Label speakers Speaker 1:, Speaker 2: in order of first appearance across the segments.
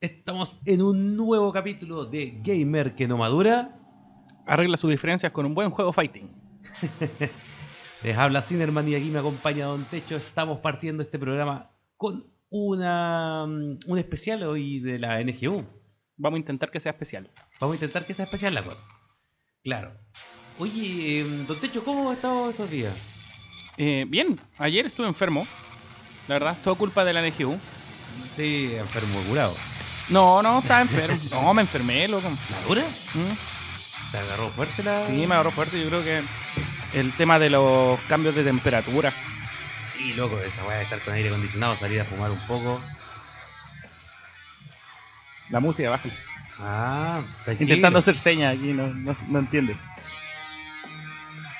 Speaker 1: Estamos en un nuevo capítulo de Gamer que no madura.
Speaker 2: Arregla sus diferencias con un buen juego fighting.
Speaker 1: Les habla Cinerman y aquí me acompaña Don Techo. Estamos partiendo este programa con una, mm, un especial hoy de la NGU.
Speaker 2: Vamos a intentar que sea especial.
Speaker 1: Vamos a intentar que sea especial la cosa. Claro. Oye, eh, Don Techo, ¿cómo has estado estos días?
Speaker 2: Eh, bien, ayer estuve enfermo. La verdad, todo culpa de la NGU.
Speaker 1: Sí, enfermo, curado.
Speaker 2: No, no, estaba enfermo. No, me enfermé, loco.
Speaker 1: ¿Madura?
Speaker 2: Mm.
Speaker 1: ¿Te agarró fuerte la.?
Speaker 2: Sí, me agarró fuerte. Yo creo que el tema de los cambios de temperatura.
Speaker 1: Sí, loco, esa weá de estar con aire acondicionado, salir a fumar un poco.
Speaker 2: La música, baja.
Speaker 1: Ah, tranquilo.
Speaker 2: Intentando hacer señas aquí, no, no, no entiende.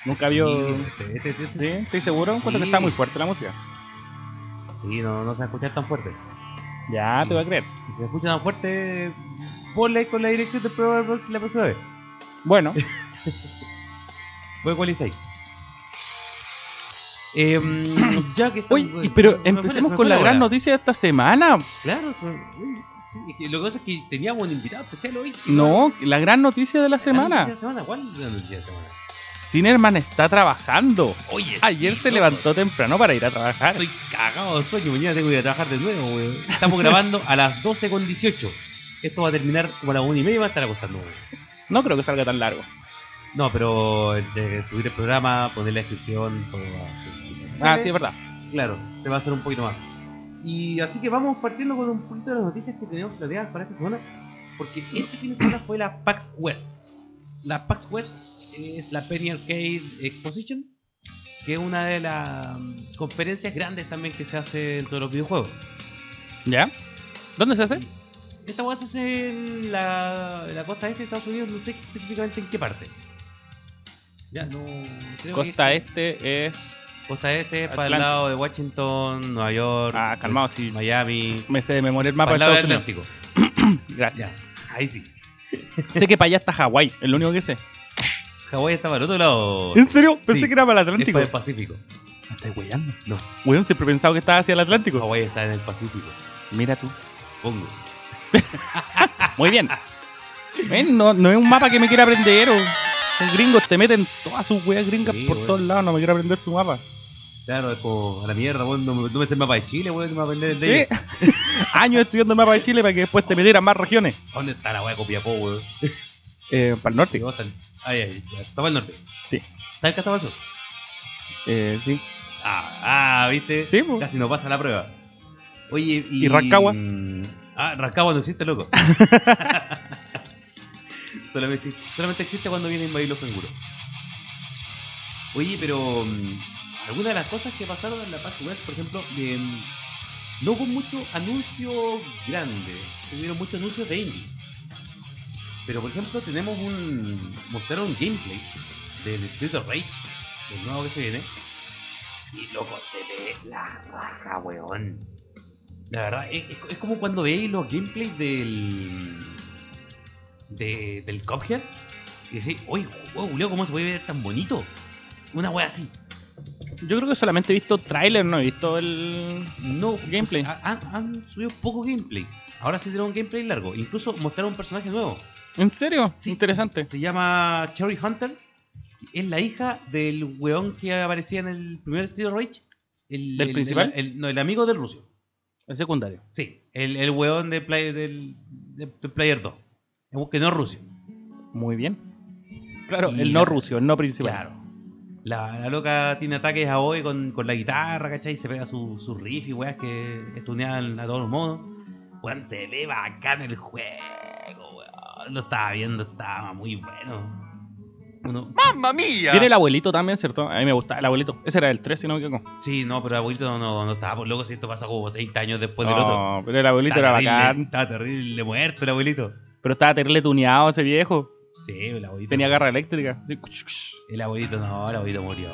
Speaker 2: Nunca vio.
Speaker 1: Sí, este- este- este-
Speaker 2: Sí, estoy seguro. Encuentro que
Speaker 1: Sí.
Speaker 2: está muy fuerte la música.
Speaker 1: Sí, no, no se va a escuchar tan fuerte.
Speaker 2: Ya, te voy a creer.
Speaker 1: Si se escucha tan fuerte, ponle con la dirección del programa la próxima vez.
Speaker 2: Bueno,
Speaker 1: Voy a ecualizar. Em, ya que estamos-
Speaker 2: uy, pero empecemos con la gran noticia de esta semana.
Speaker 1: Claro, se- uy, sí, es que lo que pasa es que teníamos un invitado especial hoy.
Speaker 2: No, la gran noticia de
Speaker 1: La
Speaker 2: la
Speaker 1: noticia de
Speaker 2: semana.
Speaker 1: la semana. ¿Cuál es la noticia de la semana?
Speaker 2: Cinerman está trabajando.
Speaker 1: Oye,
Speaker 2: Ayer
Speaker 1: sí,
Speaker 2: se
Speaker 1: loco,
Speaker 2: levantó temprano para ir a trabajar.
Speaker 1: Estoy cagado de sueño, mañana tengo que ir a trabajar de nuevo, weón. Estamos grabando a las 12 con 18. Esto va a terminar como a las 1 y media, va a estar acostando, weón.
Speaker 2: No creo que salga tan largo.
Speaker 1: No, pero eh, subir el programa, poner la descripción, todo va a ser-
Speaker 2: Ah,
Speaker 1: ¿Vale?
Speaker 2: sí, es verdad.
Speaker 1: Claro, se va a hacer un poquito más. Y así que vamos partiendo con un poquito de las noticias que tenemos planeadas para esta semana, porque este fin de semana fue la PAX West. La PAX West es la Penny Arcade Exposition, que es una de las mm, conferencias grandes también que se hace dentro de los videojuegos.
Speaker 2: ¿Ya? ¿Dónde se hace?
Speaker 1: Esta weá se hace en la, en la costa este de Estados Unidos, no sé específicamente en qué parte. Ya, no. creo que
Speaker 2: Costa Este es.
Speaker 1: Costa este es para el
Speaker 2: Atlántico.
Speaker 1: lado de Washington, Nueva York,
Speaker 2: Ah, calmado, sí.
Speaker 1: Miami,
Speaker 2: Me sé de memoria el
Speaker 1: para
Speaker 2: mapa
Speaker 1: el lado
Speaker 2: de
Speaker 1: del
Speaker 2: Estados Unidos.
Speaker 1: Atlántico.
Speaker 2: Gracias.
Speaker 1: Ahí sí.
Speaker 2: Sé que para allá está Hawái, es lo único que sé.
Speaker 1: Hawái está para el otro lado.
Speaker 2: ¿En serio? Pensé
Speaker 1: Sí.
Speaker 2: que era para el
Speaker 1: Es
Speaker 2: Atlántico.
Speaker 1: para el Pacífico.
Speaker 2: Me estás weyando.
Speaker 1: No,
Speaker 2: Weón, siempre he pensado que estaba hacia el Atlántico.
Speaker 1: Hawái está en el Pacífico.
Speaker 2: Mira tú.
Speaker 1: Pongo.
Speaker 2: Muy bien. Ven, no, no es un mapa que me quiera aprender. O... Los gringos te meten todas sus weas gringas
Speaker 1: Sí,
Speaker 2: por
Speaker 1: weón.
Speaker 2: todos lados. No me quiero aprender su mapa.
Speaker 1: Claro, es como a la mierda, weón. No, me- no me sé el mapa de Chile, weón. No me voy a aprender el de
Speaker 2: ¿Qué?
Speaker 1: ellos.
Speaker 2: Años estudiando el mapa de Chile para que después te metieran más regiones.
Speaker 1: ¿Dónde está la weá de Copiapó, weón?
Speaker 2: Eh, para el norte.
Speaker 1: Llegó hasta el- Ahí, ahí. ya, Está para el norte.
Speaker 2: Sí.
Speaker 1: ¿Está acá, está para el sur?
Speaker 2: Eh, sí.
Speaker 1: Ah, ah, ¿viste?
Speaker 2: Sí, pues. po.
Speaker 1: Casi no pasa la prueba. Oye, y.
Speaker 2: ¿Y Rancagua?
Speaker 1: mm, Ah, Rancagua no existe, loco. solamente, existe, solamente existe cuando vienen a invadir los canguros. Oye, pero. mm, Algunas de las cosas que pasaron en la PAX West, por ejemplo, de, mm, no hubo mucho anuncio grande. Se dieron muchos anuncios de indie. Pero, por ejemplo, tenemos un. Mostraron un gameplay del Street of Rage, el nuevo que se viene. Y loco, se ve la raja, weón. La verdad, es, es- es como cuando veis los gameplays del. de- del Cuphead. Y decís, oye, wow, Julio, ¿cómo se puede ver tan bonito? Una wea así.
Speaker 2: Yo creo que solamente he visto trailer, no he visto el.
Speaker 1: No,
Speaker 2: Gameplay.
Speaker 1: pues, ha- han, han subido poco gameplay. Ahora sí dieron un gameplay largo. Incluso mostraron un personaje nuevo.
Speaker 2: ¿En serio?
Speaker 1: Sí.
Speaker 2: Interesante.
Speaker 1: Se llama Cherry Hunter. Es la hija del weón que aparecía en el primer Street of Rage. El,
Speaker 2: ¿Del
Speaker 1: el-
Speaker 2: principal?
Speaker 1: el- el- no, el amigo del ruso.
Speaker 2: El secundario.
Speaker 1: Sí, el, el weón de play, del, de, de Player 2. Es un- Que no es ruso.
Speaker 2: Muy bien. Claro,
Speaker 1: Y
Speaker 2: el
Speaker 1: la-
Speaker 2: no ruso, el no principal.
Speaker 1: Claro. La, la loca tiene ataques a hoy con, con la guitarra, ¿cachai? Se pega su, su riff y weas que estunean a todos los modos. Weón, se ve bacán el juego, weón. Lo estaba viendo, estaba muy bueno. Uno,
Speaker 2: Viene el abuelito también, ¿cierto? A mí me gustaba el abuelito. Ese era el 3, si no me equivoco.
Speaker 1: sí, no, pero abuelito no, no, no estaba por loco si esto pasa como 30 años después Pues del
Speaker 2: No,
Speaker 1: otro.
Speaker 2: pero el abuelito era
Speaker 1: Estaba terrible,
Speaker 2: bacán.
Speaker 1: Estaba terrible muerto el abuelito.
Speaker 2: Pero estaba terrible tuneado ese viejo.
Speaker 1: Sí, el abuelito.
Speaker 2: Tenía garra eléctrica. así, cuch, cuch.
Speaker 1: El abuelito no, el abuelito murió.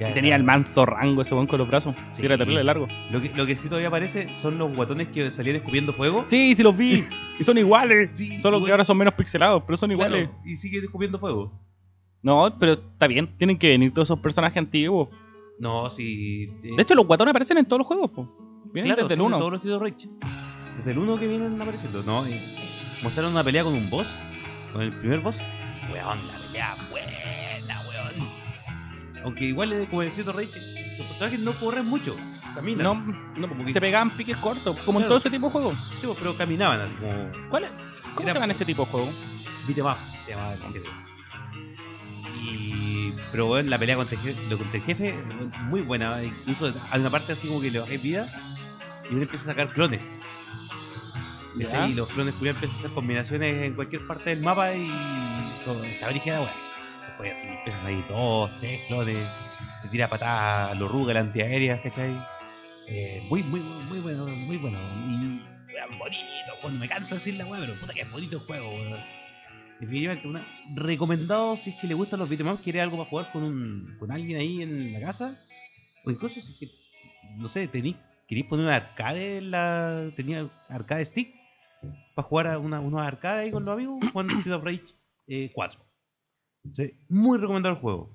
Speaker 1: Ya
Speaker 2: Y tenía el manso rango ese buen con los brazos.
Speaker 1: Sí.
Speaker 2: Sí, era terrible largo.
Speaker 1: Lo que, lo que sí todavía aparece son los guatones que salían escupiendo fuego.
Speaker 2: Sí, sí los vi. y son iguales.
Speaker 1: Sí,
Speaker 2: Solo
Speaker 1: güey.
Speaker 2: que ahora son menos pixelados, pero son
Speaker 1: Claro,
Speaker 2: iguales.
Speaker 1: y sigue escupiendo fuego.
Speaker 2: No, pero está bien. Tienen que venir todos esos personajes antiguos.
Speaker 1: No, sí. eh,
Speaker 2: De hecho, los guatones aparecen en todos los juegos. po. Vienen
Speaker 1: claro,
Speaker 2: desde el
Speaker 1: son de
Speaker 2: 1.
Speaker 1: Todos los Street of Rage. Desde desde el 1 que vienen apareciendo. No, eh, mostraron una pelea con un boss, con el primer boss. Weón, la pelea buena, weón. Aunque igual, eh, como decía Rey, los personajes no corren mucho, caminan.
Speaker 2: No,
Speaker 1: no, porque-
Speaker 2: se pegaban piques cortos, como en
Speaker 1: Claro.
Speaker 2: todo ese tipo de juegos.
Speaker 1: Sí, pues, pero caminaban así como.
Speaker 2: ¿Cuál es- ¿Cómo
Speaker 1: Era-
Speaker 2: se llaman ese tipo de juegos?
Speaker 1: Beat 'em up, se llamaba el juego. Y. Pero bueno, la pelea contra el jefe, lo- contra el jefe, muy buena. Incluso hay una parte así como que le bajé vida y uno empieza a sacar clones. ¿cachai?
Speaker 2: Ya.
Speaker 1: Y los clones culiados empiezan a hacer combinaciones en cualquier parte del mapa y. Son, está brígida, weón. Después así empiezan ahí dos, tres clones. Te tira patada, lo ruga la antiaérea, ¿cachai? Eh, muy, muy, muy bueno, muy bueno. Y, weón, bonito, cuando me canso de decir la weón, pero puta que es bonito el juego, weón. Definitivamente, una, recomendado si es que le gustan los beatemaps, quiere algo para jugar con, un, con alguien ahí en la casa. O incluso si es que, no sé, tení, queréis poner una arcade en la. Tenía arcade stick para jugar a una, unos arcades ahí con los amigos jugando Street of Rage eh, 4. Sí, muy recomendado el juego.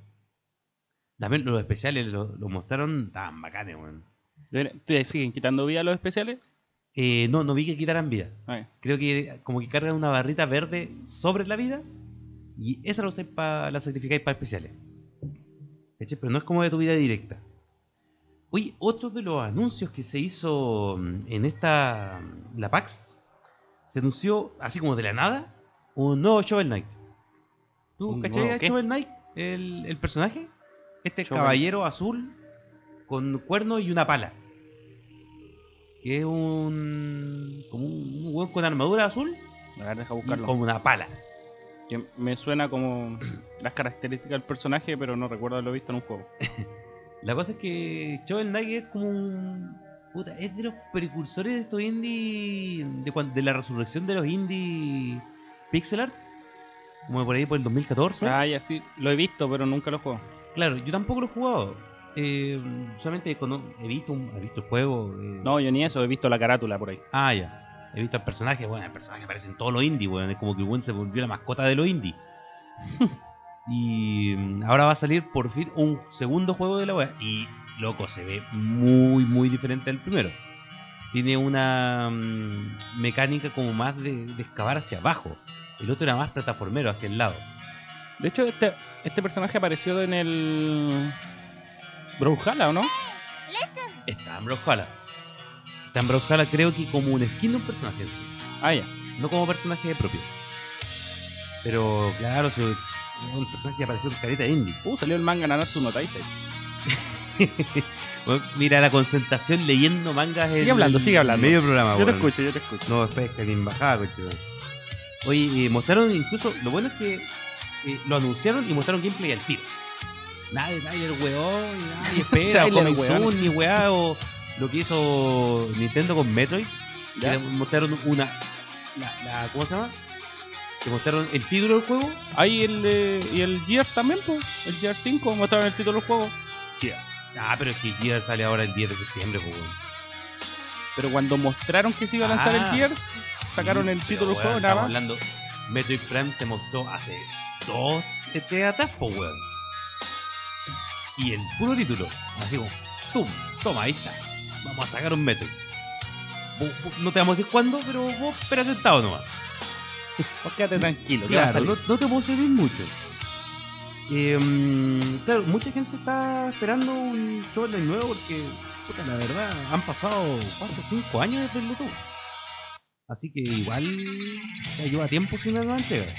Speaker 1: También los especiales los mostraron tan bacanes, weón.
Speaker 2: ¿Te siguen quitando vida a los especiales?
Speaker 1: Eh, no, no vi que quitaran vida.
Speaker 2: Ay,
Speaker 1: Creo que como que cargan una barrita verde sobre la vida y esa la usáis pa- la sacrificáis para especiales. ¿Cachai? Pero no es como de tu vida directa. Oye, otro de los anuncios que se hizo mm, en esta. mm, La PAX. Se anunció, así como de la nada, un nuevo Shovel Knight. ¿Tú
Speaker 2: ¿Un
Speaker 1: cachai
Speaker 2: nuevo
Speaker 1: a
Speaker 2: qué?
Speaker 1: Shovel Knight? El, el personaje. Este
Speaker 2: Shovel-
Speaker 1: caballero azul con cuerno y una pala. Que es un. como un un weón con armadura azul
Speaker 2: a ver, deja
Speaker 1: y
Speaker 2: buscarlo.
Speaker 1: con una pala.
Speaker 2: Que me suena como las características del personaje, pero no recuerdo haberlo visto en un juego.
Speaker 1: La cosa es que Shovel Knight es como un. Puta, es de los precursores de estos indie. De, cuan- de la resurrección de los indie pixel art. Como por ahí por el 2014.
Speaker 2: Ah, ya sí, lo he visto, pero nunca lo juego.
Speaker 1: Claro, yo tampoco lo he jugado. Eh, solamente cono- he, visto un- he visto el juego. eh,
Speaker 2: No, yo ni eso, he visto la carátula por ahí.
Speaker 1: Ah, ya. He visto al personaje. Bueno, el personaje aparece en todos los indie, weón. Es como que weón se volvió la mascota de los indie. y mm, ahora va a salir por fin un segundo juego de la web. Y, loco, se ve muy, muy diferente al primero. Tiene una mm, mecánica como más de, de excavar hacia abajo. El otro era más plataformero, hacia el lado.
Speaker 2: De hecho, este, este personaje apareció en el. Brawlhalla, ¿o no?
Speaker 1: Está en Brawlhalla. Está en Brawlhalla creo que como un skin de un personaje.
Speaker 2: Ah, ya.
Speaker 1: no como personaje propio. Pero claro, si es un personaje que apareció en careta indie.
Speaker 2: Uh, salió el manga Nanatsu no Taisei.
Speaker 1: Bueno, Mira la concentración leyendo mangas
Speaker 2: Sigue
Speaker 1: en
Speaker 2: hablando, sigue hablando.
Speaker 1: Medio programa,
Speaker 2: Yo te
Speaker 1: weón.
Speaker 2: escucho, yo te escucho.
Speaker 1: No, pesca ni embajada, coche. Oye, eh, mostraron incluso, lo bueno es que eh, lo anunciaron y mostraron gameplay al tiro. Nada de trailer weón, ni nada de espera, o
Speaker 2: Tráiler,
Speaker 1: coming
Speaker 2: weón.
Speaker 1: soon, ni weá, o lo que hizo Nintendo con Metroid. que
Speaker 2: Ya.
Speaker 1: le mostraron una. La, la- ¿Cómo se llama? Que mostraron el título del juego
Speaker 2: Ahí el. eh, y el Gears también, pues. El Gears 5, mostraron el título del juego. Gears.
Speaker 1: Ah, pero es que Gears sale ahora el 10 de septiembre, pues, weón.
Speaker 2: Pero cuando mostraron que se iba a lanzar
Speaker 1: Ah.
Speaker 2: el Gears, sacaron el
Speaker 1: Pero,
Speaker 2: título del
Speaker 1: weón,
Speaker 2: juego,
Speaker 1: estamos
Speaker 2: nada más.
Speaker 1: hablando, Metroid Prime se mostró hace dos este atrás, pues, weón. Y el puro título, así como, tum, toma, ahí está. Vamos a sacar un Metroid. Vos- vos- No te vamos a decir cuándo, pero vos espera sentado nomás.
Speaker 2: Vos Pues quédate tranquilo, que va a
Speaker 1: Claro,
Speaker 2: salir.
Speaker 1: no, no te emociones mucho. Eh, mm, claro, mucha gente está esperando un Shovel Knight nuevo porque, puta, la verdad, han pasado 4 o 5 años desde el otro. Así que igual ya lleva tiempo sin una nueva entrega.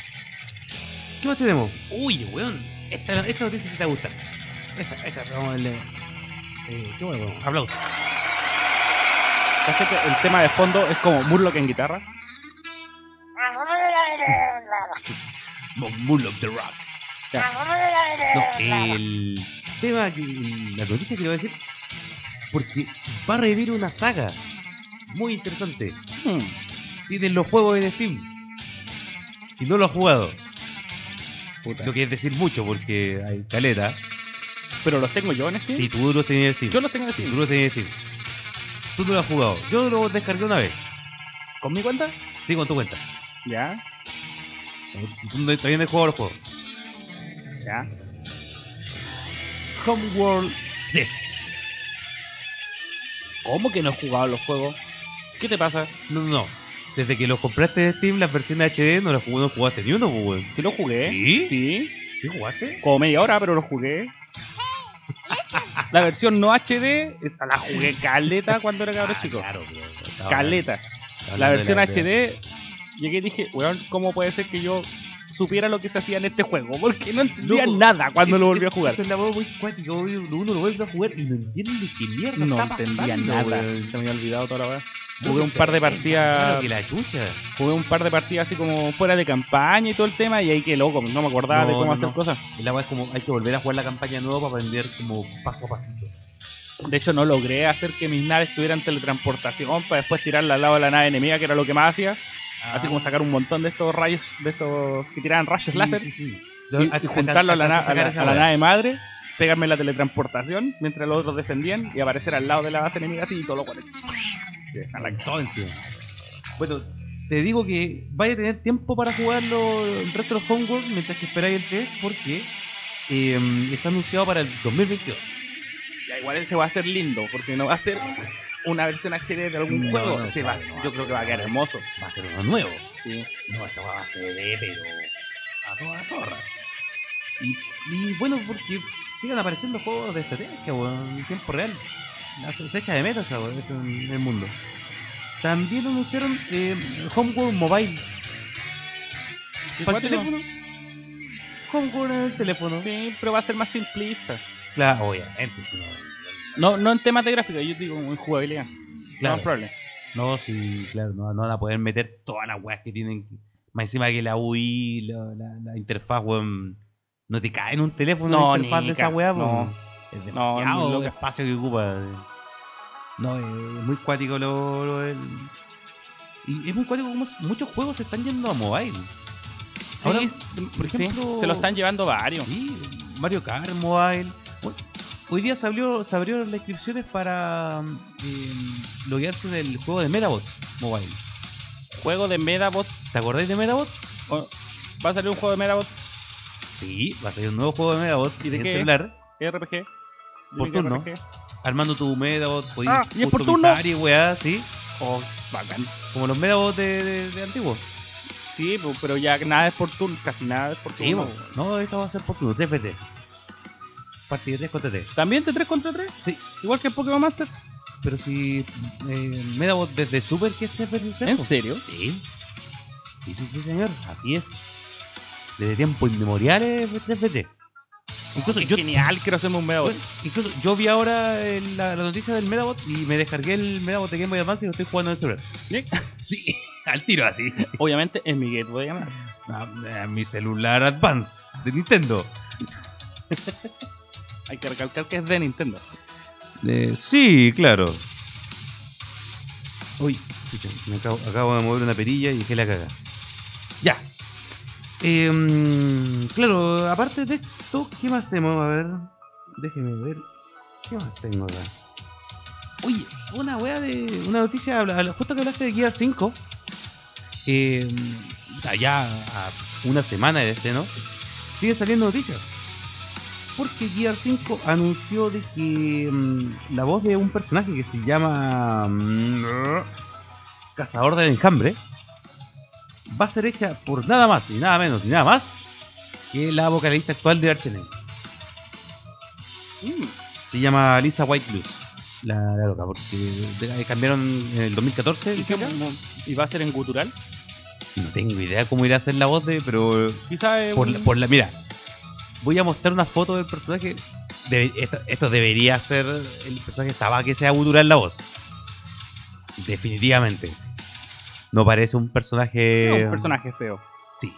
Speaker 1: ¿Qué más tenemos? Uy, weón, esta, esta noticia sí te va a gustar. Esta, esta, vamos a darle. Eh, ¿Qué bueno, aplausos.
Speaker 2: ¿Cachai que El tema de fondo es como Murloc en guitarra.
Speaker 1: Mongul of the Rock.
Speaker 2: Ya.
Speaker 1: No, el tema, que- la noticia que te voy a decir, porque va a revivir una saga muy interesante.
Speaker 2: Hmm.
Speaker 1: Tienen los juegos en Steam y no los has jugado.
Speaker 2: Puta.
Speaker 1: Lo que es decir mucho porque hay caleta.
Speaker 2: Pero los tengo yo en Steam.
Speaker 1: Si tú los tenías en Steam.
Speaker 2: Yo los tengo en este.
Speaker 1: Si
Speaker 2: Steam.
Speaker 1: tú los tenías en Steam. Tú no los has jugado. Yo lo descargué una vez.
Speaker 2: ¿Con mi cuenta?
Speaker 1: Sí, con tu cuenta.
Speaker 2: Ya,
Speaker 1: Tú no- todavía no he jugado los juegos.
Speaker 2: ya.
Speaker 1: Homeworld 3.
Speaker 2: ¿Cómo que no he jugado los juegos? ¿Qué te pasa?
Speaker 1: No, no, no. Desde que los compraste de Steam, las versiones HD no las jug- no jugaste ni uno, pues, weón.
Speaker 2: Sí lo jugué.
Speaker 1: ¿Sí?
Speaker 2: Sí.
Speaker 1: ¿Sí jugaste?
Speaker 2: Como media hora, pero lo jugué. La versión no HD, esa la jugué caleta cuando era cabrón
Speaker 1: Ah,
Speaker 2: chico.
Speaker 1: Claro, pero estaba
Speaker 2: Caleta.
Speaker 1: hablando-
Speaker 2: La
Speaker 1: hablando
Speaker 2: versión
Speaker 1: de
Speaker 2: HD, llegué y dije, weón, ¿cómo puede ser que yo supiera lo que se hacía en este juego? Porque no entendía
Speaker 1: Loco,
Speaker 2: nada cuando lo volví a
Speaker 1: Es-
Speaker 2: jugar.
Speaker 1: Esa es la voz muy cuática, weón. uno lo vuelve a jugar y no entiende qué mierda
Speaker 2: No
Speaker 1: está pasando,
Speaker 2: entendía nada.
Speaker 1: weón.
Speaker 2: Se me había olvidado toda la weá.
Speaker 1: No
Speaker 2: Jugué
Speaker 1: se
Speaker 2: un par de
Speaker 1: entiende, claro
Speaker 2: partidas.
Speaker 1: que la chucha.
Speaker 2: Jugué un par de partidas así como fuera de campaña y todo el tema. Y ahí que loco, no me acordaba de
Speaker 1: No,
Speaker 2: cómo
Speaker 1: no,
Speaker 2: hacer
Speaker 1: no.
Speaker 2: cosas.
Speaker 1: El agua es como, hay que volver a jugar la campaña nueva para aprender como paso a pasito.
Speaker 2: De hecho, no logré hacer que mis naves tuvieran teletransportación para después tirarla al lado de la nave enemiga, que era lo que más hacía. Así como sacar un montón de estos rayos, de estos que tiraban rayos
Speaker 1: Ah. Sí,
Speaker 2: láser,
Speaker 1: Ah, sí, sí.
Speaker 2: y- y,
Speaker 1: Hasta-
Speaker 2: juntarlo a la, na-
Speaker 1: hasta
Speaker 2: a la-
Speaker 1: sacar esa
Speaker 2: a la
Speaker 1: weá.
Speaker 2: nave madre, pegarme la teletransportación mientras los otros defendían y aparecer al lado de la base enemiga así y todo lo cual.
Speaker 1: Arrancó encima. Bueno, te digo que vaya a tener tiempo para jugarlo el resto de los homework mientras que esperáis el 3 porque eh, está anunciado para el 2022.
Speaker 2: Ya, igual ese va a ser lindo, porque no va a ser una versión HD de algún
Speaker 1: No,
Speaker 2: juego.
Speaker 1: no,
Speaker 2: Ese
Speaker 1: claro,
Speaker 2: va-
Speaker 1: no va
Speaker 2: yo
Speaker 1: a
Speaker 2: creo
Speaker 1: ser
Speaker 2: que va a quedar
Speaker 1: nada.
Speaker 2: hermoso.
Speaker 1: Va a ser uno nuevo.
Speaker 2: sí.
Speaker 1: No, esta va a ser de pero a toda zorra. Y, y bueno, porque sigan apareciendo juegos de estrategia, weón, en tiempo real. Se- Se echa de meta esa, weón, eso en el mundo. También anunciaron eh, Homeworld Mobile. ¿Para el teléfono? Homeworld en el teléfono.
Speaker 2: Sí, pero va a ser más simplista.
Speaker 1: Claro, obviamente. si no,
Speaker 2: No, no en temas de gráfica, yo digo en jugabilidad. No
Speaker 1: claro,
Speaker 2: es problema.
Speaker 1: no, sí, claro, no, no van a poder meter todas las weas que tienen. Más encima que la UI, la, la- la interfaz, weón. No te cae en un teléfono
Speaker 2: No,
Speaker 1: la interfaz
Speaker 2: ni
Speaker 1: de esa
Speaker 2: ca-
Speaker 1: wea,
Speaker 2: no.
Speaker 1: weón. Es
Speaker 2: No, es muy
Speaker 1: demasiado
Speaker 2: loca.
Speaker 1: espacio que ocupa. eh. No, es muy cuático lo. lo- el- Y es muy cuático como muchos juegos se están yendo a mobile. Ahora, por
Speaker 2: sí,
Speaker 1: ejemplo- ¿Mm?
Speaker 2: se lo están llevando varios.
Speaker 1: Sí, Mario Kart, Mobile. Hoy- Hoy día se abrió, se abrieron las inscripciones para mm, em, loguearse en el juego de Metabot Mobile.
Speaker 2: Juego de Medabot.
Speaker 1: ¿Te acordáis de Metabot?
Speaker 2: o- va a salir un juego de Medabot
Speaker 1: Sí, va a salir un nuevo juego de Metabot
Speaker 2: ¿Y de
Speaker 1: en el
Speaker 2: qué?
Speaker 1: celular.
Speaker 2: RPG.
Speaker 1: Por
Speaker 2: Dime que
Speaker 1: turno.
Speaker 2: RPG.
Speaker 1: Armando tu Metabot, podías
Speaker 2: Ah, ¿y es por
Speaker 1: customizar y weá, sí.
Speaker 2: Oh, bacán.
Speaker 1: Como los Metabot de, de, de antiguos.
Speaker 2: Sí, pu- pero ya nada es por turno, casi nada es por
Speaker 1: Sí,
Speaker 2: turno.
Speaker 1: bo. no, esto va a ser por turno, TFT. Partido 3 contra 3.
Speaker 2: También de 3 contra 3,
Speaker 1: Sí,
Speaker 2: igual que en Pokémon Master.
Speaker 1: pero si eh, Metabot desde Super que es 3 versus 3.
Speaker 2: ¿En
Speaker 1: po.
Speaker 2: serio?
Speaker 1: Sí. Sí, sí, sí, señor. Así es. pues, Desde tiempo inmemorial es 3 Incluso
Speaker 2: Qué
Speaker 1: yo, Pues,
Speaker 2: Genial, quiero hacerme un Medabot.
Speaker 1: incluso yo vi ahora eh, la, la noticia del Medabot y me descargué el Medabot de Game Boy Advance y lo estoy jugando en el celular.
Speaker 2: ¿Sí?
Speaker 1: Sí, al tiro así.
Speaker 2: Obviamente es mi gateway además.
Speaker 1: A, a Ah, eh, mi celular Advance de Nintendo.
Speaker 2: Hay que recalcar que es de Nintendo.
Speaker 1: Eh, sí, claro. Uy, chucha, me acabo, acabo de mover una perilla y dejé la caga. Ya. Em, claro, aparte de esto, ¿qué más tenemos? A ver, déjeme ver. ¿Qué más tengo acá? Oye, una wea de. Una noticia, habla- habla- justo que hablaste de Gear 5. em, allá a una semana de este, ¿no? Sigue saliendo noticias porque Gear 5 anunció de que mm, la voz de un personaje que se llama mm, Cazador del Enjambre va a ser hecha por nada más, ni nada menos, ni nada más que la vocalista actual de Arch Enemy.
Speaker 2: Mm,
Speaker 1: Se llama Lisa White la, la loca, porque de- cambiaron en el 2014.
Speaker 2: ¿Y,
Speaker 1: ¿sí acá?
Speaker 2: cómo- y va a ser en gutural?
Speaker 1: No tengo idea cómo irá a ser la voz de, pero
Speaker 2: Quizá es
Speaker 1: por
Speaker 2: un-
Speaker 1: la, por la- mira, voy a mostrar una foto del personaje. Debe- esto, esto debería ser el personaje estaba que sea gutural la voz. Definitivamente. No parece un personaje.
Speaker 2: no, un personaje feo.
Speaker 1: Sí,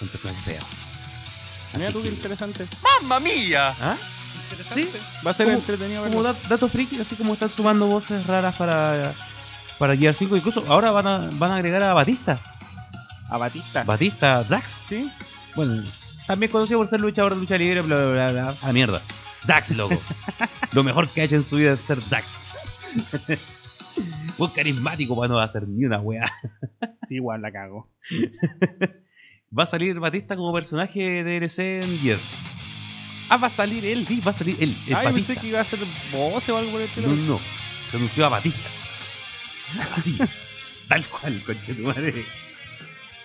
Speaker 1: un personaje feo.
Speaker 2: Mira
Speaker 1: Así
Speaker 2: tú qué
Speaker 1: que-
Speaker 2: interesante.
Speaker 1: ¿Ah?
Speaker 2: Interesante. Va a ser
Speaker 1: Como-
Speaker 2: entretenido
Speaker 1: Como
Speaker 2: verlo.
Speaker 1: dat- datos friki, así como están sumando voces raras para. Para Gear 5, incluso ahora van a, van a agregar a Batista.
Speaker 2: A Batista.
Speaker 1: Batista Drax.
Speaker 2: sí.
Speaker 1: Bueno, también conocido por ser luchador de lucha libre, bla, bla, bla, bla. Ah, mierda. Dax, loco. Lo mejor que ha hecho en su vida es ser Dax. Un carismático para no hacer ni una wea.
Speaker 2: Sí, igual la cago.
Speaker 1: Va a salir Batista como personaje de DLC en Gears.
Speaker 2: Ah, va a salir él.
Speaker 1: Sí, va a salir él, el
Speaker 2: Ay,
Speaker 1: Batista.
Speaker 2: pensé que iba a ser voz o algo por el estilo.
Speaker 1: No, no, no. Se anunció a Batista. Así. tal cual, conchetumare.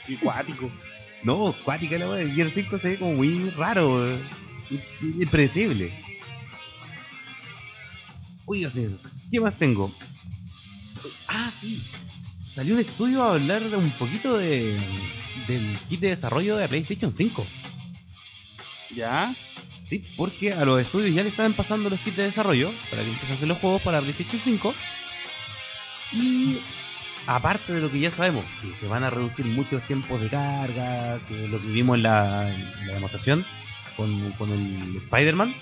Speaker 2: Y cuático.
Speaker 1: No, cuática la weá. El Gear 5 se ve como muy raro, weón. I- Impredecible. Oiga, señor, ¿qué más tengo? Ah, sí. Salió un estudio a hablar de un poquito de, del kit de desarrollo de la PlayStation 5.
Speaker 2: ¿Ya?
Speaker 1: Sí, porque a los estudios ya le estaban pasando los kits de desarrollo para que empiecen a hacer los juegos para PlayStation 5. Y aparte de lo que ya sabemos, que se van a reducir muchos tiempos de carga, que lo que vimos en la, en la demostración con, con el Spider-Man,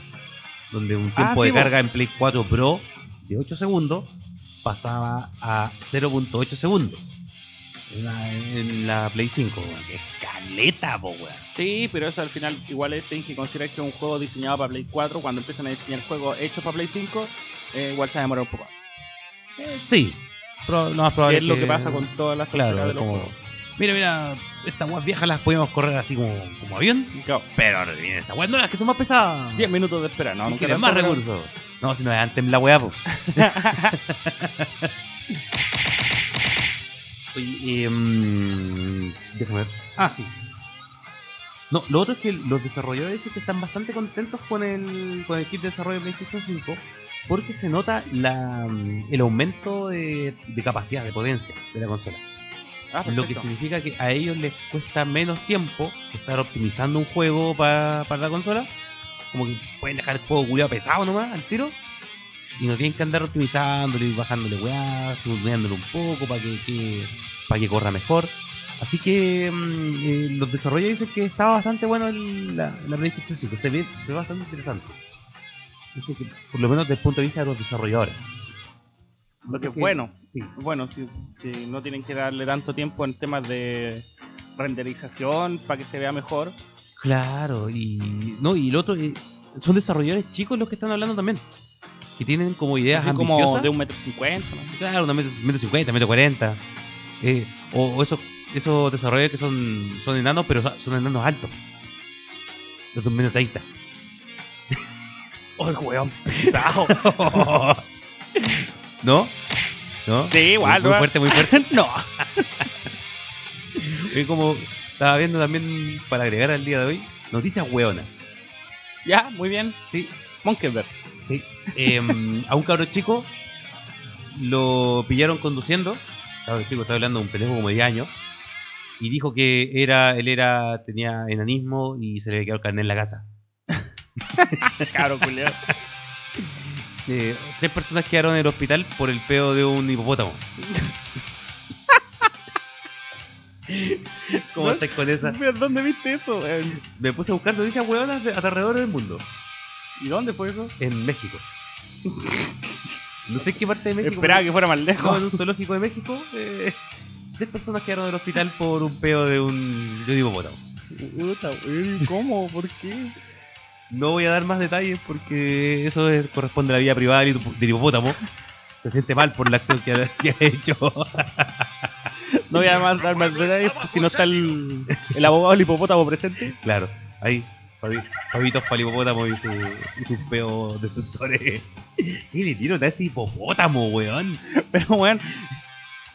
Speaker 1: donde un tiempo
Speaker 2: Ah, sí,
Speaker 1: de
Speaker 2: po.
Speaker 1: carga en Play 4 Pro de 8 segundos pasaba a 0.8 segundos. En la, en la Play 5, weón. que es caleta, po, weón.
Speaker 2: Sí, pero eso al final igual es- tenés que considerar que es un juego diseñado para Play 4. Cuando empiezan a diseñar juegos hechos para Play 5, eh, igual se va a demorar un poco.
Speaker 1: Eh, sí, pro- lo más
Speaker 2: Que
Speaker 1: probable
Speaker 2: es lo que pasa con todas las
Speaker 1: Claro,
Speaker 2: tonteras de
Speaker 1: es
Speaker 2: los
Speaker 1: como.
Speaker 2: juegos.
Speaker 1: Mira, mira, estas weas viejas las podíamos correr así como, como avión.
Speaker 2: Claro,
Speaker 1: Pero ahora vienen estas weas nuevas que son más pesadas.
Speaker 2: 10 minutos de espera, ¿no?
Speaker 1: y
Speaker 2: nunca
Speaker 1: tienen más
Speaker 2: tampoco, pero-
Speaker 1: recursos. No, si no es antes la wea, pues. Oye, eh, mm, déjame ver. Ah, sí. No, lo otro es que los desarrolladores dicen que están bastante contentos con el, con el kit de desarrollo de PlayStation 5 porque se nota la, mm, el aumento de, de capacidad, de potencia de la consola.
Speaker 2: Ah,
Speaker 1: Lo que
Speaker 2: perfecto.
Speaker 1: significa que a ellos les cuesta menos tiempo estar optimizando un juego pa- para la consola. Como que pueden dejar el juego culiado pesado nomás al tiro. Y no tienen que andar optimizándolo y bajándole weá, tuneándolo un poco para que, que- para que corra mejor. Así que mm, eh, los desarrolladores dicen que estaba bastante bueno el- la, la PlayStation 5. Se ve, se ve bastante interesante. Eso que, por lo menos desde el punto de vista de los desarrolladores.
Speaker 2: Lo que es
Speaker 1: Porque-
Speaker 2: bueno.
Speaker 1: Sí,
Speaker 2: Bueno, si, si no tienen que darle tanto tiempo en temas de renderización para que se vea mejor.
Speaker 1: Claro, y no, y el otro eh, son desarrolladores chicos los que están hablando también. Que tienen como ideas
Speaker 2: así
Speaker 1: ambiciosas.
Speaker 2: como de un metro cincuenta. ¿no?
Speaker 1: Claro, un metro, metro cincuenta, metro cuarenta. Eh, o o esos, esos desarrolladores que son, son enanos, pero son- son enanos altos. Los de un metro treinta.
Speaker 2: Oh, el weón pesado.
Speaker 1: ¿No? ¿No?
Speaker 2: sí, igual,
Speaker 1: Muy, muy
Speaker 2: ¿no?
Speaker 1: fuerte, muy fuerte.
Speaker 2: No.
Speaker 1: Es como estaba viendo también para agregar al día de hoy, noticias hueonas.
Speaker 2: Ya, muy bien.
Speaker 1: Sí,
Speaker 2: Monkelberg.
Speaker 1: Sí. Em, a un cabro chico lo pillaron conduciendo. Cabro chico, está hablando de un pendejo como de 10 años. Y dijo que era, él era, tenía enanismo y se le había quedado el carnet en la casa.
Speaker 2: Caro, culiao.
Speaker 1: Eh, tres personas quedaron en el hospital por el pedo de un hipopótamo. ¿Cómo
Speaker 2: ¿No?
Speaker 1: estáis con esa?
Speaker 2: Pero, ¿Dónde viste eso? weón?
Speaker 1: Me puse a buscar noticias hueonas de- alrededor del mundo.
Speaker 2: ¿Y dónde fue eso?
Speaker 1: En México. No sé en qué parte de México.
Speaker 2: Esperaba que fuera más
Speaker 1: No,
Speaker 2: lejos.
Speaker 1: en un zoológico de México, eh, tres personas quedaron en el hospital por un peo de un. Yo digo, bueno.
Speaker 2: Puta, weón, ¿Cómo? ¿Por qué?
Speaker 1: No voy a dar más detalles porque eso es- corresponde a la vida privada del hipo- del hipopótamo. Se siente mal por la acción que ha, que ha hecho.
Speaker 2: No voy a más- dar más detalles si no está el, el abogado del hipopótamo presente.
Speaker 1: Claro, ahí, pavi- pavitos para el hipopótamo y, su- y sus peos destructores. ¿Qué le dieron a ese hipopótamo, weón?
Speaker 2: Pero, weón,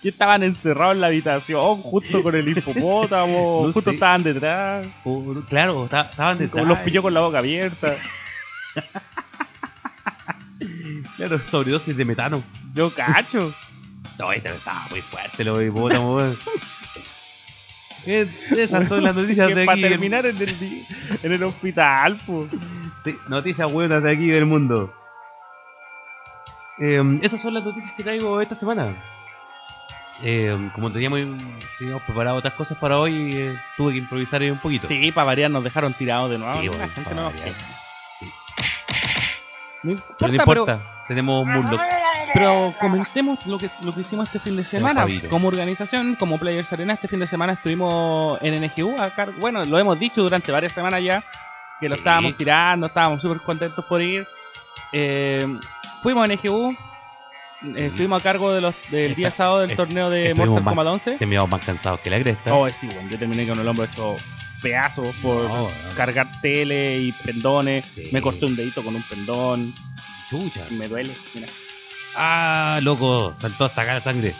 Speaker 2: que estaban encerrados en la habitación justo con el hipopótamo,
Speaker 1: No
Speaker 2: justo
Speaker 1: sé.
Speaker 2: estaban detrás,
Speaker 1: O- claro, está- estaban
Speaker 2: como
Speaker 1: detrás.
Speaker 2: los pilló con la boca abierta.
Speaker 1: Claro, sobredosis de metano.
Speaker 2: Yo cacho.
Speaker 1: No, este estaba muy fuerte, lo hipopótamo, weón. Eh, Esas son las noticias de
Speaker 2: Que para
Speaker 1: aquí. del-
Speaker 2: terminar en el, di- en el hospital, pues.
Speaker 1: Sí, noticias buenas de aquí del mundo. Eh, esas son las noticias que traigo esta semana. Eh, como teníamos, teníamos preparado otras cosas para hoy, eh, tuve que improvisar ahí un poquito.
Speaker 2: Sí, para variar nos dejaron tirados de nuevo.
Speaker 1: Sí,
Speaker 2: La
Speaker 1: bueno,
Speaker 2: gente
Speaker 1: para
Speaker 2: no-
Speaker 1: variar.
Speaker 2: No
Speaker 1: Pero no
Speaker 2: pero-
Speaker 1: importa, tenemos Murloc.
Speaker 2: Pero comentemos lo que, lo que hicimos este fin de semana.
Speaker 1: Javito.
Speaker 2: Como organización, como Players Arena, este fin de semana estuvimos en NGU. a car- bueno, lo hemos dicho durante varias semanas ya, que lo
Speaker 1: Sí.
Speaker 2: estábamos tirando, estábamos súper contentos por ir. Eh, fuimos a NGU, eh, estuvimos a cargo de los, del
Speaker 1: Esta-
Speaker 2: día sábado del
Speaker 1: est-
Speaker 2: torneo de
Speaker 1: estuvimos
Speaker 2: Mortal
Speaker 1: más-
Speaker 2: Kombat 11.
Speaker 1: Terminamos más cansados que la cresta.
Speaker 2: Oh, sí, bueno, yo terminé con el hombro hecho pedazos por
Speaker 1: No, no.
Speaker 2: cargar tele y pendones.
Speaker 1: Sí.
Speaker 2: Me corté un dedito con un pendón.
Speaker 1: Chucha.
Speaker 2: Me duele, mira.
Speaker 1: Ah, loco, saltó hasta acá la sangre.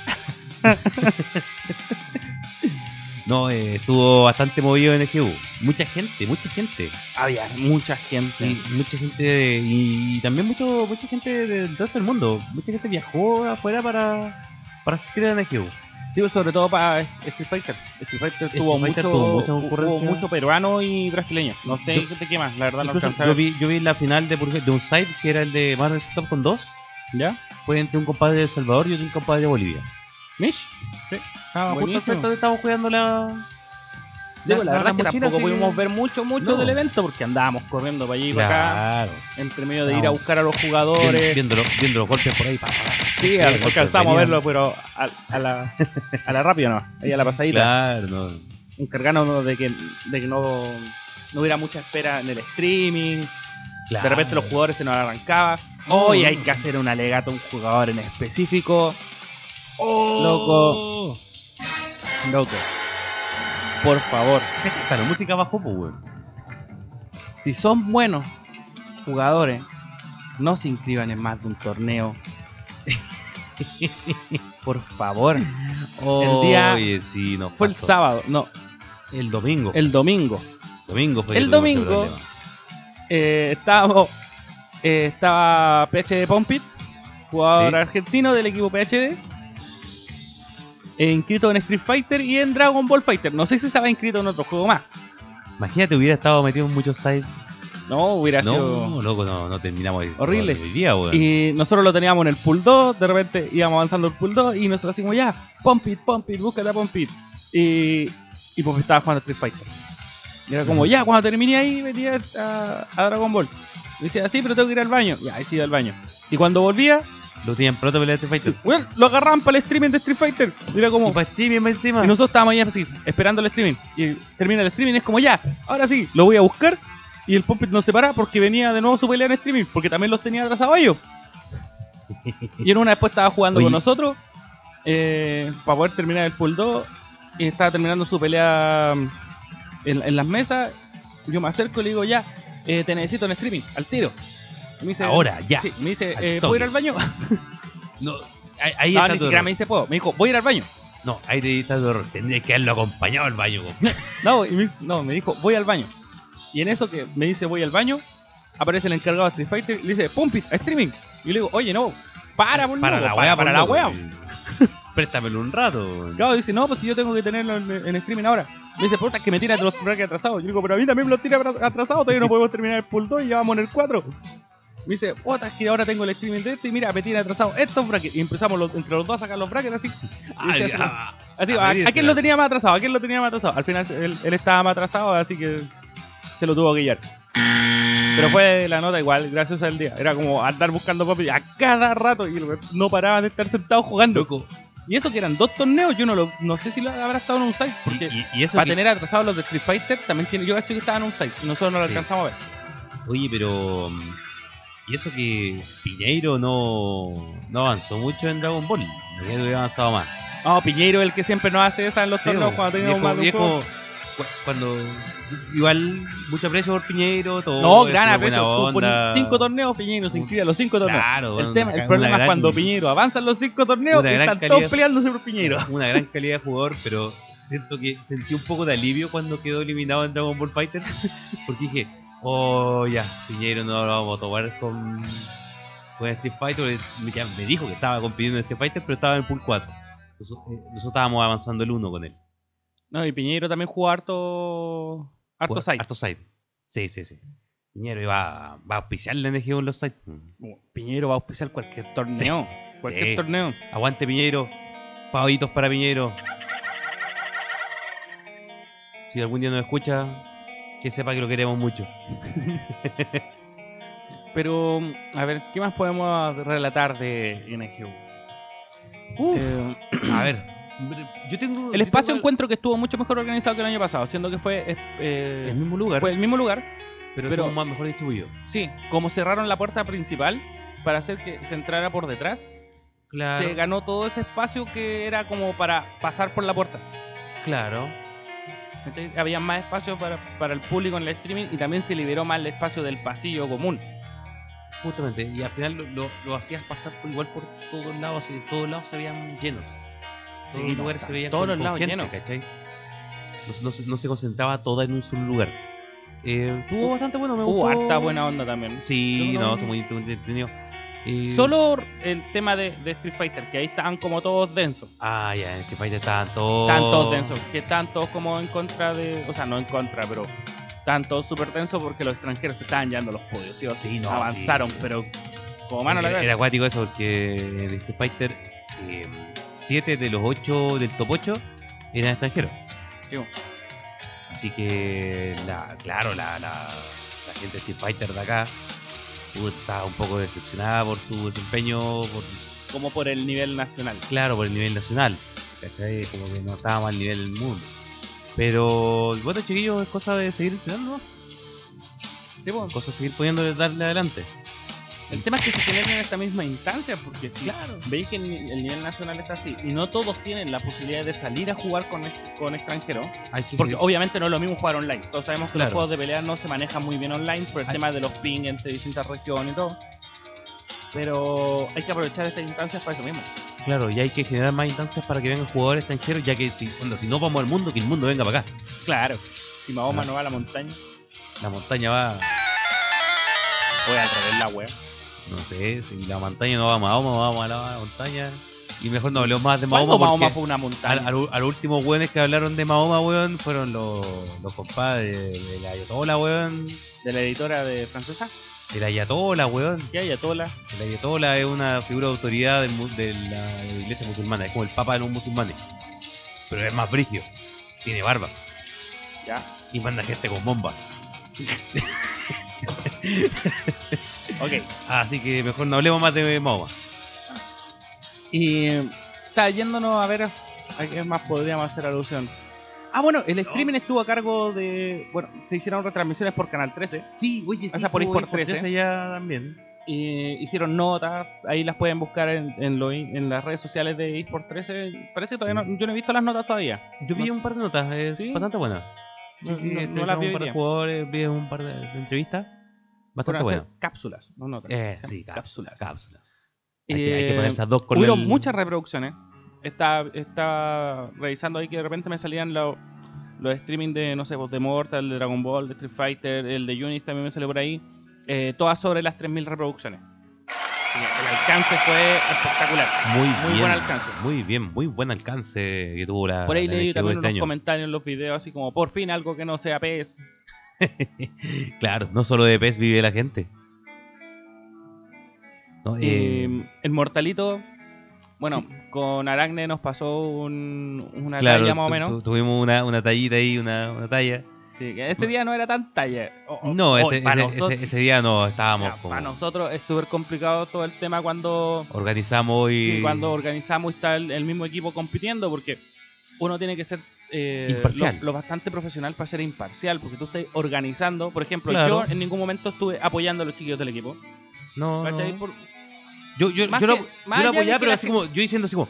Speaker 1: No, eh, estuvo bastante movido en EGU. Mucha gente, mucha gente.
Speaker 2: Había mucha gente.
Speaker 1: Sí, mucha gente y, y también mucho, mucha gente del resto del mundo. Mucha gente viajó afuera para, para asistir a NGU.
Speaker 2: Sí, pero sobre todo para Street Fighter. Street Fighter
Speaker 1: Street
Speaker 2: tuvo
Speaker 1: Fighter
Speaker 2: mucho,
Speaker 1: tuvo muchas
Speaker 2: hubo
Speaker 1: ocurrencias.
Speaker 2: mucho peruano y brasileño. No sé
Speaker 1: Yo-
Speaker 2: qué te quemas, la verdad no
Speaker 1: Incluso
Speaker 2: alcanza
Speaker 1: yo, vi, yo vi la final de, Burger- de un site que era el de Marvel Capcom con 2.
Speaker 2: ¿Ya?
Speaker 1: Fue entre un compadre de El Salvador y otro un compadre de Bolivia.
Speaker 2: ¿Mish?
Speaker 1: Ah, justo
Speaker 2: Buenísimo.
Speaker 1: cerca donde estábamos jugando la.
Speaker 2: Sí, pues,
Speaker 1: las
Speaker 2: la, verdad es que
Speaker 1: mochilas,
Speaker 2: tampoco
Speaker 1: así
Speaker 2: pudimos ver mucho, mucho
Speaker 1: No.
Speaker 2: del evento porque andábamos corriendo para allí y para acá,
Speaker 1: Claro.
Speaker 2: entre medio de
Speaker 1: No.
Speaker 2: ir a buscar a los
Speaker 1: Vien-
Speaker 2: jugadores.
Speaker 1: Viendo, los, viendo los golpes por ahí. pa, pa, pa.
Speaker 2: Sí,
Speaker 1: Bien,
Speaker 2: al- alcanzamos a
Speaker 1: venían.
Speaker 2: verlo, pero a, a la, a la rápida no, ahí a la pasadita.
Speaker 1: Claro, no.
Speaker 2: Encargándonos de que, de que no, no hubiera mucha espera en el streaming. De repente los jugadores se nos arrancaban.
Speaker 1: Oh,
Speaker 2: Hoy hay
Speaker 1: no.
Speaker 2: que hacer un alegato a un jugador en específico.
Speaker 1: ¡Oh! Loco.
Speaker 2: Loco. Por favor,
Speaker 1: Cacha, Hasta la música bajó, pues, weón.
Speaker 2: si son buenos jugadores, no se inscriban en más de un torneo. Por favor. El día-
Speaker 1: Oye, sí, no.
Speaker 2: Fue el
Speaker 1: pasó.
Speaker 2: sábado, no,
Speaker 1: El domingo.
Speaker 2: el domingo.
Speaker 1: domingo fue que
Speaker 2: el
Speaker 1: tuvimos ese
Speaker 2: domingo.
Speaker 1: problema.
Speaker 2: Eh, estábamos, eh, estaba PH de Pompit, jugador
Speaker 1: Sí.
Speaker 2: argentino del equipo PHD. eh, inscrito en Street Fighter y en Dragon Ball Fighter. No sé si estaba inscrito en otro juego más.
Speaker 1: Imagínate, hubiera estado metido en muchos sites.
Speaker 2: No, hubiera sido.
Speaker 1: No, loco, no, no terminamos el-
Speaker 2: Horrible.
Speaker 1: el día, weón.
Speaker 2: Y nosotros lo teníamos en el pool 2, de repente íbamos avanzando el pool 2 y nosotros hacíamos ya, Pompit, Pompit, búscate a Pompit. Y, y Pompit estaba jugando Street Fighter. Y era como, ya, cuando terminé ahí venía a, a Dragon Ball. Y decía, sí, pero tengo que ir al baño. Ya, ahí sí iba al baño. Y cuando volvía,
Speaker 1: Lo tenían pronto para el Street Fighter.
Speaker 2: weón, lo agarraban para el streaming de Street Fighter. Y era como,
Speaker 1: Y pa' este streaming más encima.
Speaker 2: y nosotros estábamos ahí así, esperando el streaming. Y termina el streaming y es como ya, ahora sí, lo voy a buscar. Y el Pompit no se para porque venía de nuevo su pelea en streaming, porque también los tenía atrasados ellos. Y en una después estaba jugando
Speaker 1: Oye.
Speaker 2: con nosotros eh, para poder terminar el pool 2. Y estaba terminando su pelea mm, en, en las mesas. Yo me acerco y le digo ya, eh, te necesito en streaming, al tiro. Y me dice,
Speaker 1: Ahora, ya.
Speaker 2: Sí, me dice,
Speaker 1: al
Speaker 2: eh, ¿puedo
Speaker 1: toque.
Speaker 2: ir al baño?
Speaker 1: No, ahí, ahí
Speaker 2: No,
Speaker 1: está
Speaker 2: ni
Speaker 1: tu
Speaker 2: siquiera
Speaker 1: error.
Speaker 2: me dice puedo. Me dijo, voy a ir al baño.
Speaker 1: No, ahí te está tu error. Tendrías que haberlo acompañado al baño, weón.
Speaker 2: No, y me, no, me dijo, voy al baño. Y en eso que me dice, voy al baño, aparece el encargado de Street Fighter y le dice, Pumpit, a streaming. Y yo le digo, oye, no, para, por
Speaker 1: Para
Speaker 2: loco,
Speaker 1: la weá,
Speaker 2: para
Speaker 1: por
Speaker 2: la
Speaker 1: loco,
Speaker 2: wea.
Speaker 1: weón. Préstamelo un rato, weón.
Speaker 2: Claro, dice, no, pues si yo tengo que tenerlo en, en streaming ahora. Me dice, puta, es que me tira los brackets atrasados. Yo digo, pero a mí también me los tira atras- atrasados, todavía no podemos terminar el pool 2 y ya vamos en el 4. Me dice, puta, es que ahora tengo el streaming de este y mira, me tiene atrasado estos brackets. Y empezamos los- entre los dos a sacar los brackets así.
Speaker 1: Ah,
Speaker 2: Y dice así,
Speaker 1: ah,
Speaker 2: Así,
Speaker 1: A
Speaker 2: a,
Speaker 1: medírsela.
Speaker 2: ¿a quién lo tenía más atrasado? ¿A quién lo tenía más atrasado? Al final él, él estaba más atrasado, así que se lo tuvo que guiar. Pero fue la nota igual, gracias al día. Era como andar buscando papi a cada rato y lo- no paraban de estar sentados jugando.
Speaker 1: loco.
Speaker 2: Y eso que eran dos torneos, yo no lo, no sé si lo habrá estado en un site,
Speaker 1: Y,
Speaker 2: porque
Speaker 1: y- y eso
Speaker 2: para
Speaker 1: que-
Speaker 2: tener atrasados los de Street Fighter también tiene, yo cacho que estaban en un site y nosotros no lo
Speaker 1: Sí.
Speaker 2: alcanzamos a ver.
Speaker 1: Oye, pero. mm, Y eso que Piñeiro no, no avanzó mucho en Dragon Ball. En realidad hubiera avanzado más.
Speaker 2: No, Piñeiro el que siempre nos hace esas en los
Speaker 1: Sí,
Speaker 2: torneos
Speaker 1: po.
Speaker 2: cuando
Speaker 1: Y es
Speaker 2: teníamos
Speaker 1: como-
Speaker 2: más de
Speaker 1: y
Speaker 2: un
Speaker 1: es
Speaker 2: juego.
Speaker 1: como cu- Cuando. Igual, mucho aprecio por Piñeiro. Todo
Speaker 2: No,
Speaker 1: es
Speaker 2: gran
Speaker 1: una
Speaker 2: aprecio.
Speaker 1: buena
Speaker 2: tú pones
Speaker 1: onda.
Speaker 2: Cinco torneos, Piñeiro se inscribe a los cinco torneos.
Speaker 1: Claro,
Speaker 2: El,
Speaker 1: bueno,
Speaker 2: tema,
Speaker 1: una-
Speaker 2: el problema
Speaker 1: una
Speaker 2: es cuando
Speaker 1: gran-
Speaker 2: Piñero avanza los cinco torneos
Speaker 1: Una
Speaker 2: y
Speaker 1: gran
Speaker 2: están todos
Speaker 1: calidad.
Speaker 2: peleándose por Piñero.
Speaker 1: Una gran calidad de jugador, pero siento que sentí un poco de alivio cuando quedó eliminado en Dragon Ball Fighter. Porque dije, oh ya, Piñeiro no lo vamos a tomar con, con Street Fighter. Ya me dijo que estaba compitiendo en Street Fighter, pero estaba en el pool 4. Nosotros, eh, nosotros estábamos avanzando el 1 con él.
Speaker 2: No, y Piñero también jugó harto. Harto
Speaker 1: Jugaba-
Speaker 2: side.
Speaker 1: Harto side. Sí, sí, sí. Piñeiro iba, a- va a auspiciar la NGO en los sites.
Speaker 2: Piñero va a auspiciar cualquier torneo. Cualquier
Speaker 1: Sí.
Speaker 2: torneo.
Speaker 1: Aguante Piñeiro. Pavaditos para Piñeiro. Si algún día nos escucha, que sepa que lo queremos mucho.
Speaker 2: Pero, a ver, ¿qué más podemos relatar de NGU? Eh,
Speaker 1: a ver. Yo tengo.
Speaker 2: el
Speaker 1: yo
Speaker 2: espacio
Speaker 1: tengo
Speaker 2: encuentro que estuvo mucho mejor organizado que el año pasado, siendo que fue, eh,
Speaker 1: el mismo lugar,
Speaker 2: fue el mismo lugar,
Speaker 1: pero,
Speaker 2: pero-
Speaker 1: estuvo más mejor distribuido.
Speaker 2: sí, como cerraron la puerta principal para hacer que se entrara por detrás,
Speaker 1: Claro.
Speaker 2: se ganó todo ese espacio que era como para pasar por la puerta.
Speaker 1: Claro.
Speaker 2: ¿cachai? Había más espacio para, para el público en el streaming y también se liberó más el espacio del pasillo común.
Speaker 1: Justamente. Y al final lo, lo- lo hacías pasar por- igual por todos lados. Y de todos lados se veían llenos. Sí,
Speaker 2: no,
Speaker 1: lugar
Speaker 2: está
Speaker 1: se veía
Speaker 2: todos
Speaker 1: con-
Speaker 2: los
Speaker 1: con
Speaker 2: lados
Speaker 1: gente,
Speaker 2: llenos.
Speaker 1: ¿cachai? No, se- no se- no se concentraba toda en un solo lugar. Eh, estuvo bastante bueno, me
Speaker 2: Hubo
Speaker 1: gustó.
Speaker 2: harta buena onda también.
Speaker 1: Sí,
Speaker 2: Yo
Speaker 1: no,
Speaker 2: no-
Speaker 1: estuvo muy estuvo muy entretenido. Eh,
Speaker 2: Solo el tema de, de Street Fighter, que ahí estaban como todos densos.
Speaker 1: Ah, ya, en este país estaban todos.
Speaker 2: Estaban todos densos, que estaban todos como en contra de. O sea, no en contra, pero. Estaban todos súper densos porque los extranjeros se estaban llevando los podios. ¿sí? o sí?
Speaker 1: Sí, no,
Speaker 2: Avanzaron,
Speaker 1: sí.
Speaker 2: pero como mano a la
Speaker 1: Era-
Speaker 2: cabeza.
Speaker 1: Era acuático eso, porque de este Fighter, 7 de los 8 del top 8 eran extranjeros.
Speaker 2: Sí,
Speaker 1: Así que, la, claro, la, la, la gente de Street Fighter de acá uh, está un poco decepcionada por su desempeño, por,
Speaker 2: como por el nivel nacional.
Speaker 1: claro, por el nivel nacional. ¿Cachai? Como que no estaba al nivel del mundo. Pero, bueno, chiquillos, es cosa de seguir entrenando,
Speaker 2: Sí, po.
Speaker 1: ¿no? cosa de seguir poniéndole, darle adelante.
Speaker 2: El tema es que se generen en esta misma instancia, porque si veis que el ni- el nivel nacional está así y no todos tienen la posibilidad de salir a jugar con, ex- con extranjeros,
Speaker 1: Hay que
Speaker 2: porque obviamente no es lo mismo jugar online. Todos sabemos que
Speaker 1: Claro.
Speaker 2: los juegos de pelea no se manejan muy bien online por el
Speaker 1: Ay.
Speaker 2: tema de los ping entre distintas regiones y todo. Pero hay que aprovechar estas instancias para eso mismo.
Speaker 1: Claro, y hay que generar más instancias para que vengan jugadores extranjeros, ya que si, onda, si no vamos al mundo, que el mundo venga para acá.
Speaker 2: Claro. Si Mahoma
Speaker 1: Ah.
Speaker 2: no va a la montaña,
Speaker 1: La montaña va,
Speaker 2: voy al revés la web.
Speaker 1: no sé, si la montaña no va a Mahoma, vamos a la montaña. Y mejor no hablemos más de Mahoma.
Speaker 2: ¿Cuándo Mahoma
Speaker 1: porque
Speaker 2: fue una
Speaker 1: al,
Speaker 2: montaña?
Speaker 1: al- al último weones que hablaron de Mahoma, weón, fueron los, los compadres del Ayatola, weón.
Speaker 2: ¿De la editora de francesa?
Speaker 1: El Ayatola, weón.
Speaker 2: ¿Qué hay, Atola?
Speaker 1: El Ayatola es una figura de autoridad del mu- de, la iglesia musulmana, es como el papa de los musulmanes. Pero es más brigio, tiene barba
Speaker 2: Ya.
Speaker 1: y manda gente con bomba.
Speaker 2: Ok.
Speaker 1: Así que mejor no hablemos más de Mahoma.
Speaker 2: Y eh, está yéndonos a ver a, a qué más podríamos hacer alusión. Ah, bueno, el streaming estuvo a cargo de. Bueno, se hicieron retransmisiones por Canal 13.
Speaker 1: Sí, oye,
Speaker 2: Pasa por ¿eh? eSport 13.
Speaker 1: ya también.
Speaker 2: eh, hicieron notas, ahí las pueden buscar en, en, lo in- en las redes sociales de eSport 13. Parece que todavía
Speaker 1: Sí.
Speaker 2: no. Yo no he visto las notas todavía.
Speaker 1: Yo vi un par de notas, eh,
Speaker 2: Sí.
Speaker 1: bastante buenas. Sí,
Speaker 2: No-
Speaker 1: sí,
Speaker 2: no- no
Speaker 1: entrevistamos
Speaker 2: las vi
Speaker 1: un
Speaker 2: hoy
Speaker 1: par de
Speaker 2: día.
Speaker 1: jugadores, vi un par de de entrevistas. Bastante
Speaker 2: Fueron a hacer
Speaker 1: bueno.
Speaker 2: cápsulas, no notas.
Speaker 1: Eh,
Speaker 2: se llaman
Speaker 1: sí, cápsulas. Cápsulas. Hay, que, hay que
Speaker 2: Eh,
Speaker 1: ponerse a dos con
Speaker 2: Hubieron
Speaker 1: el-
Speaker 2: muchas reproducciones. Estaba, estaba revisando ahí que de repente me salían los, los streaming de, no sé, pues, de Mortal, de Dragon Ball, de Street Fighter, el de Unis también me salió por ahí. Eh, todas sobre las 3.000 reproducciones. Así que el alcance fue espectacular.
Speaker 1: Muy,
Speaker 2: Muy
Speaker 1: bien,
Speaker 2: buen alcance.
Speaker 1: Muy bien, muy buen alcance que tuvo la.
Speaker 2: Por ahí
Speaker 1: la
Speaker 2: leí
Speaker 1: LGU este
Speaker 2: también unos
Speaker 1: año.
Speaker 2: comentarios en los videos, así como por fin algo que no sea PS.
Speaker 1: Claro, no solo de PES vive la gente. No, eh,
Speaker 2: Eh, el Mortalito, bueno, con Aragne nos pasó un- una
Speaker 1: claro,
Speaker 2: talla más o
Speaker 1: tu-
Speaker 2: menos.
Speaker 1: tu- tuvimos una, una tallita ahí, una, una talla.
Speaker 2: Sí, que ese día no era tan talla. O- o-
Speaker 1: No,
Speaker 2: o
Speaker 1: ese,
Speaker 2: para
Speaker 1: ese-
Speaker 2: nosotros-
Speaker 1: ese- ese día no estábamos.
Speaker 2: Ya,
Speaker 1: como-
Speaker 2: Para nosotros es súper complicado todo el tema cuando,
Speaker 1: Organizamos y.
Speaker 2: sí, cuando organizamos y está el, el mismo equipo compitiendo, porque uno tiene que ser eh,
Speaker 1: Imparcial.
Speaker 2: Lo, lo bastante profesional para ser imparcial, porque tú estás organizando. Por ejemplo,
Speaker 1: Claro.
Speaker 2: yo en ningún momento estuve apoyando a los chiquillos del equipo.
Speaker 1: No, no.
Speaker 2: ¿cachai? Por-
Speaker 1: Yo, yo,
Speaker 2: Más
Speaker 1: yo, lo,
Speaker 2: que-
Speaker 1: yo
Speaker 2: más
Speaker 1: lo
Speaker 2: allá de
Speaker 1: apoyaba,
Speaker 2: que
Speaker 1: pero
Speaker 2: la
Speaker 1: así como, yo diciendo así como,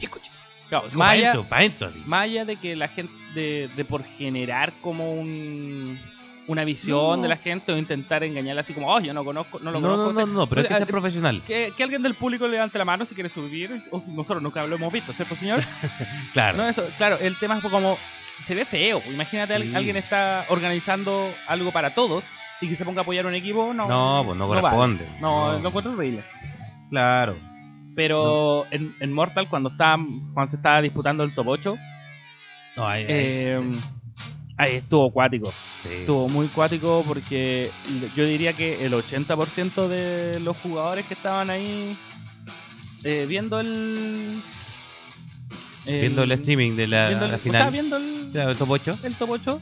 Speaker 2: ¿Qué coche? Claro,
Speaker 1: así como,
Speaker 2: más,
Speaker 1: para
Speaker 2: allá,
Speaker 1: adentro, para adentro, así.
Speaker 2: más allá de que la gente, de, de por generar como un- una visión
Speaker 1: No.
Speaker 2: de la gente o intentar engañarla así como, oh, yo no conozco,
Speaker 1: No,
Speaker 2: no lo eh,
Speaker 1: no,
Speaker 2: conozco.
Speaker 1: no, no, no, pero es que
Speaker 2: Oye,
Speaker 1: ser
Speaker 2: a-
Speaker 1: profesional.
Speaker 2: Que, que alguien del público levante la mano si quiere subir. Oh, nosotros nunca lo hemos visto, ¿cierto, señor?
Speaker 1: Claro.
Speaker 2: No, eso, claro, el tema es como. Se ve feo. Imagínate, al-
Speaker 1: Sí.
Speaker 2: alguien está organizando algo para todos y que se ponga a apoyar a un equipo. No,
Speaker 1: No, pues no
Speaker 2: vale.
Speaker 1: corresponde.
Speaker 2: No,
Speaker 1: No.
Speaker 2: lo encuentro horrible.
Speaker 1: Claro.
Speaker 2: Pero en, en Mortal, cuando, estaban- cuando se estaba disputando el top 8,
Speaker 1: No, ahí- ahí-
Speaker 2: Eh, ahí estuvo cuático.
Speaker 1: sí.
Speaker 2: Estuvo muy cuático porque yo diría que el 80% de los jugadores que estaban ahí eh, viendo el, el-
Speaker 1: viendo el streaming de la,
Speaker 2: eh, viendo el-
Speaker 1: la
Speaker 2: o sea,
Speaker 1: final.
Speaker 2: viendo el,
Speaker 1: Claro, el top 8.
Speaker 2: el top 8,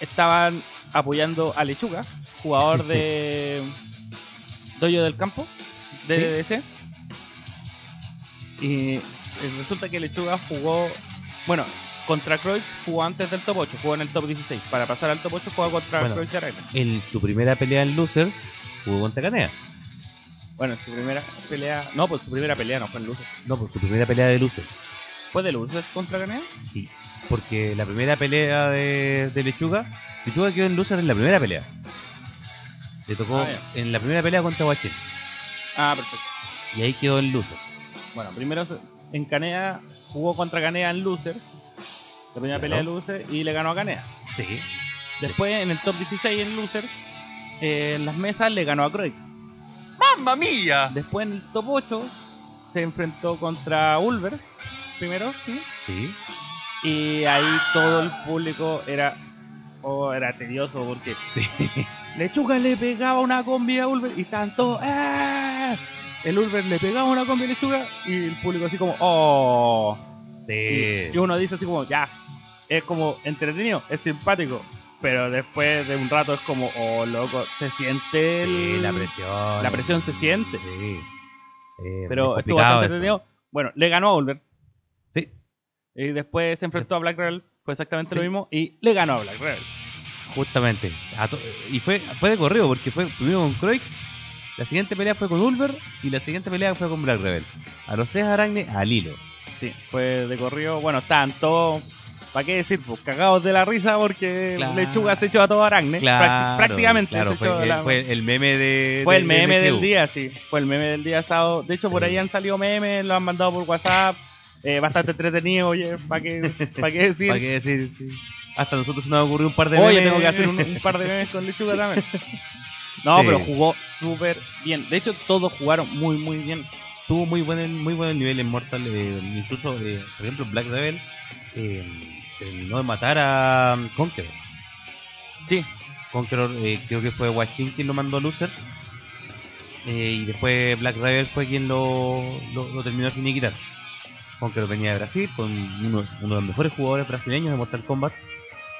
Speaker 2: estaban apoyando a Lechuga, jugador de Doyo del Campo, de
Speaker 1: Sí.
Speaker 2: DDC. Y eh, resulta que Lechuga jugó, bueno, contra Croix jugó antes del top 8, jugó en el top 16. Para pasar al top 8 jugó contra
Speaker 1: Bueno.
Speaker 2: Croix de Arena.
Speaker 1: En su primera pelea en Losers, jugó contra Canea.
Speaker 2: Bueno, su primera pelea, no, pues su primera pelea no fue en Luces.
Speaker 1: No, por su primera pelea de Losers.
Speaker 2: ¿Fue de Luces contra Canea?
Speaker 1: Sí. Porque la primera pelea de, de Lechuga, Lechuga quedó en Losers en la primera pelea. Le tocó
Speaker 2: Ah, ya.
Speaker 1: en la primera pelea contra Guachín.
Speaker 2: Ah, perfecto.
Speaker 1: Y ahí quedó en Losers.
Speaker 2: Bueno, primero se- en Canea jugó contra Canea en Loser, la primera
Speaker 1: Claro.
Speaker 2: pelea de Loser, y le ganó a Canea.
Speaker 1: Sí.
Speaker 2: Después en el top 16 en Loser, eh, en las mesas le ganó a Croix.
Speaker 1: ¡Mamma mía!
Speaker 2: Después en el top 8 se enfrentó contra Ulver, primero, ¿sí?
Speaker 1: Sí.
Speaker 2: y ahí todo el público era, oh, era tedioso porque Lechuga le pegaba una combi a Ulver y estaban todos ¡ah! El Ulver le pegaba una combi a Lechuga y el público así como ¡oh!
Speaker 1: Eh,
Speaker 2: Y, y uno dice así como ya, es como entretenido, es simpático. Pero después de un rato es como, oh loco, se siente el-
Speaker 1: la presión.
Speaker 2: la presión se siente.
Speaker 1: Sí. Eh,
Speaker 2: Pero
Speaker 1: es complicado
Speaker 2: estuvo
Speaker 1: eso.
Speaker 2: bastante entretenido. Bueno, le ganó a Ulver.
Speaker 1: Sí.
Speaker 2: Y después se enfrentó a Black Rebel. Fue exactamente
Speaker 1: Sí.
Speaker 2: lo mismo. Y le ganó a Black Rebel.
Speaker 1: Justamente. A to- y fue, fue de corrido porque fue primero con Croix, la siguiente pelea fue con Ulver y la siguiente pelea fue con Black Rebel. A los tres Aragne al hilo.
Speaker 2: Sí, fue de corrido. Bueno, estaban todos. ¿Para qué decir? Pues cagados de la risa porque
Speaker 1: Claro.
Speaker 2: Lechuga se echó a todo Aragne. Prácti- prácticamente
Speaker 1: claro,
Speaker 2: se
Speaker 1: fue,
Speaker 2: echó a
Speaker 1: el,
Speaker 2: la-
Speaker 1: fue el meme de.
Speaker 2: Fue
Speaker 1: de-
Speaker 2: el
Speaker 1: de-
Speaker 2: meme
Speaker 1: de
Speaker 2: del
Speaker 1: GU.
Speaker 2: día, sí. Fue el meme del día sábado. De hecho, por
Speaker 1: Sí.
Speaker 2: ahí han salido memes, lo han mandado por WhatsApp. eh, bastante entretenido, oye. ¿Para qué, pa' qué decir?
Speaker 1: ¿Para qué decir? Sí. Hasta a nosotros se nos ha ocurrido un par de
Speaker 2: Oye,
Speaker 1: memes.
Speaker 2: tengo que hacer un, un par de memes con Lechuga también. No,
Speaker 1: Sí.
Speaker 2: pero jugó súper bien. De hecho, todos jugaron muy, muy bien.
Speaker 1: Tuvo muy buen, el- muy buen nivel en Mortal. eh, incluso, eh, por ejemplo, Black Rebel eh, terminó de matar a Conqueror.
Speaker 2: Sí.
Speaker 1: Conqueror, eh, creo que fue Wachin quien lo mandó a Loser. Eh, y después Black Rebel fue quien lo, lo, lo terminó de finiquitar. Conqueror venía de Brasil, con uno, uno de los mejores jugadores brasileños de Mortal Kombat.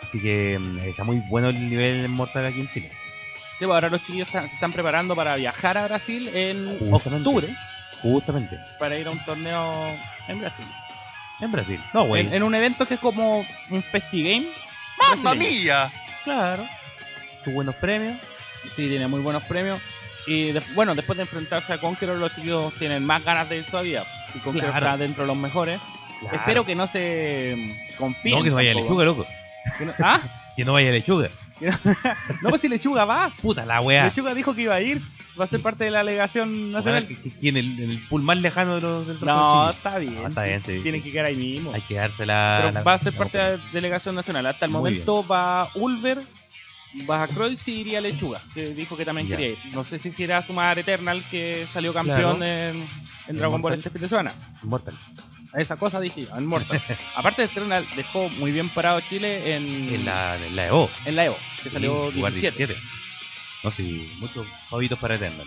Speaker 1: Así que mm, está muy bueno el nivel en Mortal aquí en Chile.
Speaker 2: Sí, pues ahora los chiquillos están- se están preparando para viajar a Brasil en
Speaker 1: Justamente.
Speaker 2: octubre
Speaker 1: Justamente.
Speaker 2: para ir a un torneo en Brasil.
Speaker 1: En Brasil. No, güey.
Speaker 2: En, en un evento que es como un festigame. brasileño.
Speaker 1: mía! Claro. Sus buenos premios.
Speaker 2: Sí, tiene muy buenos premios. Y de- bueno, después de enfrentarse a Conqueror, los chicos tienen más ganas de ir todavía. Si Conqueror
Speaker 1: Claro.
Speaker 2: está dentro de los mejores. Espero que no se confíen.
Speaker 1: No, que no vaya lechuga,
Speaker 2: tampoco.
Speaker 1: loco.
Speaker 2: Que no- ah,
Speaker 1: Que no vaya lechuga.
Speaker 2: no, pues si Lechuga va.
Speaker 1: Puta la weá.
Speaker 2: Lechuga dijo que iba a ir. Va a ser parte de la alegación
Speaker 1: Ojalá
Speaker 2: nacional.
Speaker 1: que, que- que en, el, en el pool más lejano de los, del resto
Speaker 2: No,
Speaker 1: de Chile.
Speaker 2: está bien.
Speaker 1: No, está bien, sí.
Speaker 2: Tienen que quedar ahí mismo.
Speaker 1: Hay que dársela.
Speaker 2: Pero
Speaker 1: Ah, la-
Speaker 2: va a ser
Speaker 1: la
Speaker 2: parte de la delegación nacional. Hasta el
Speaker 1: Muy
Speaker 2: momento va Ulver, va a Croix y iría Lechuga, que dijo que también
Speaker 1: Ya.
Speaker 2: quería ir. No sé si será su madre Eternal, que salió campeón
Speaker 1: Claro.
Speaker 2: en, en
Speaker 1: En
Speaker 2: Dragon Ball
Speaker 1: Mortal.
Speaker 2: este fin de semana.
Speaker 1: Mortal.
Speaker 2: Esa cosa dije yo, en Mortal. Aparte de Eternal, dejó muy bien parado Chile en,
Speaker 1: En la, en la E EO.
Speaker 2: en la EVO, que salió
Speaker 1: lugar
Speaker 2: 17.
Speaker 1: No, sí, muchos favoritos para Eternal.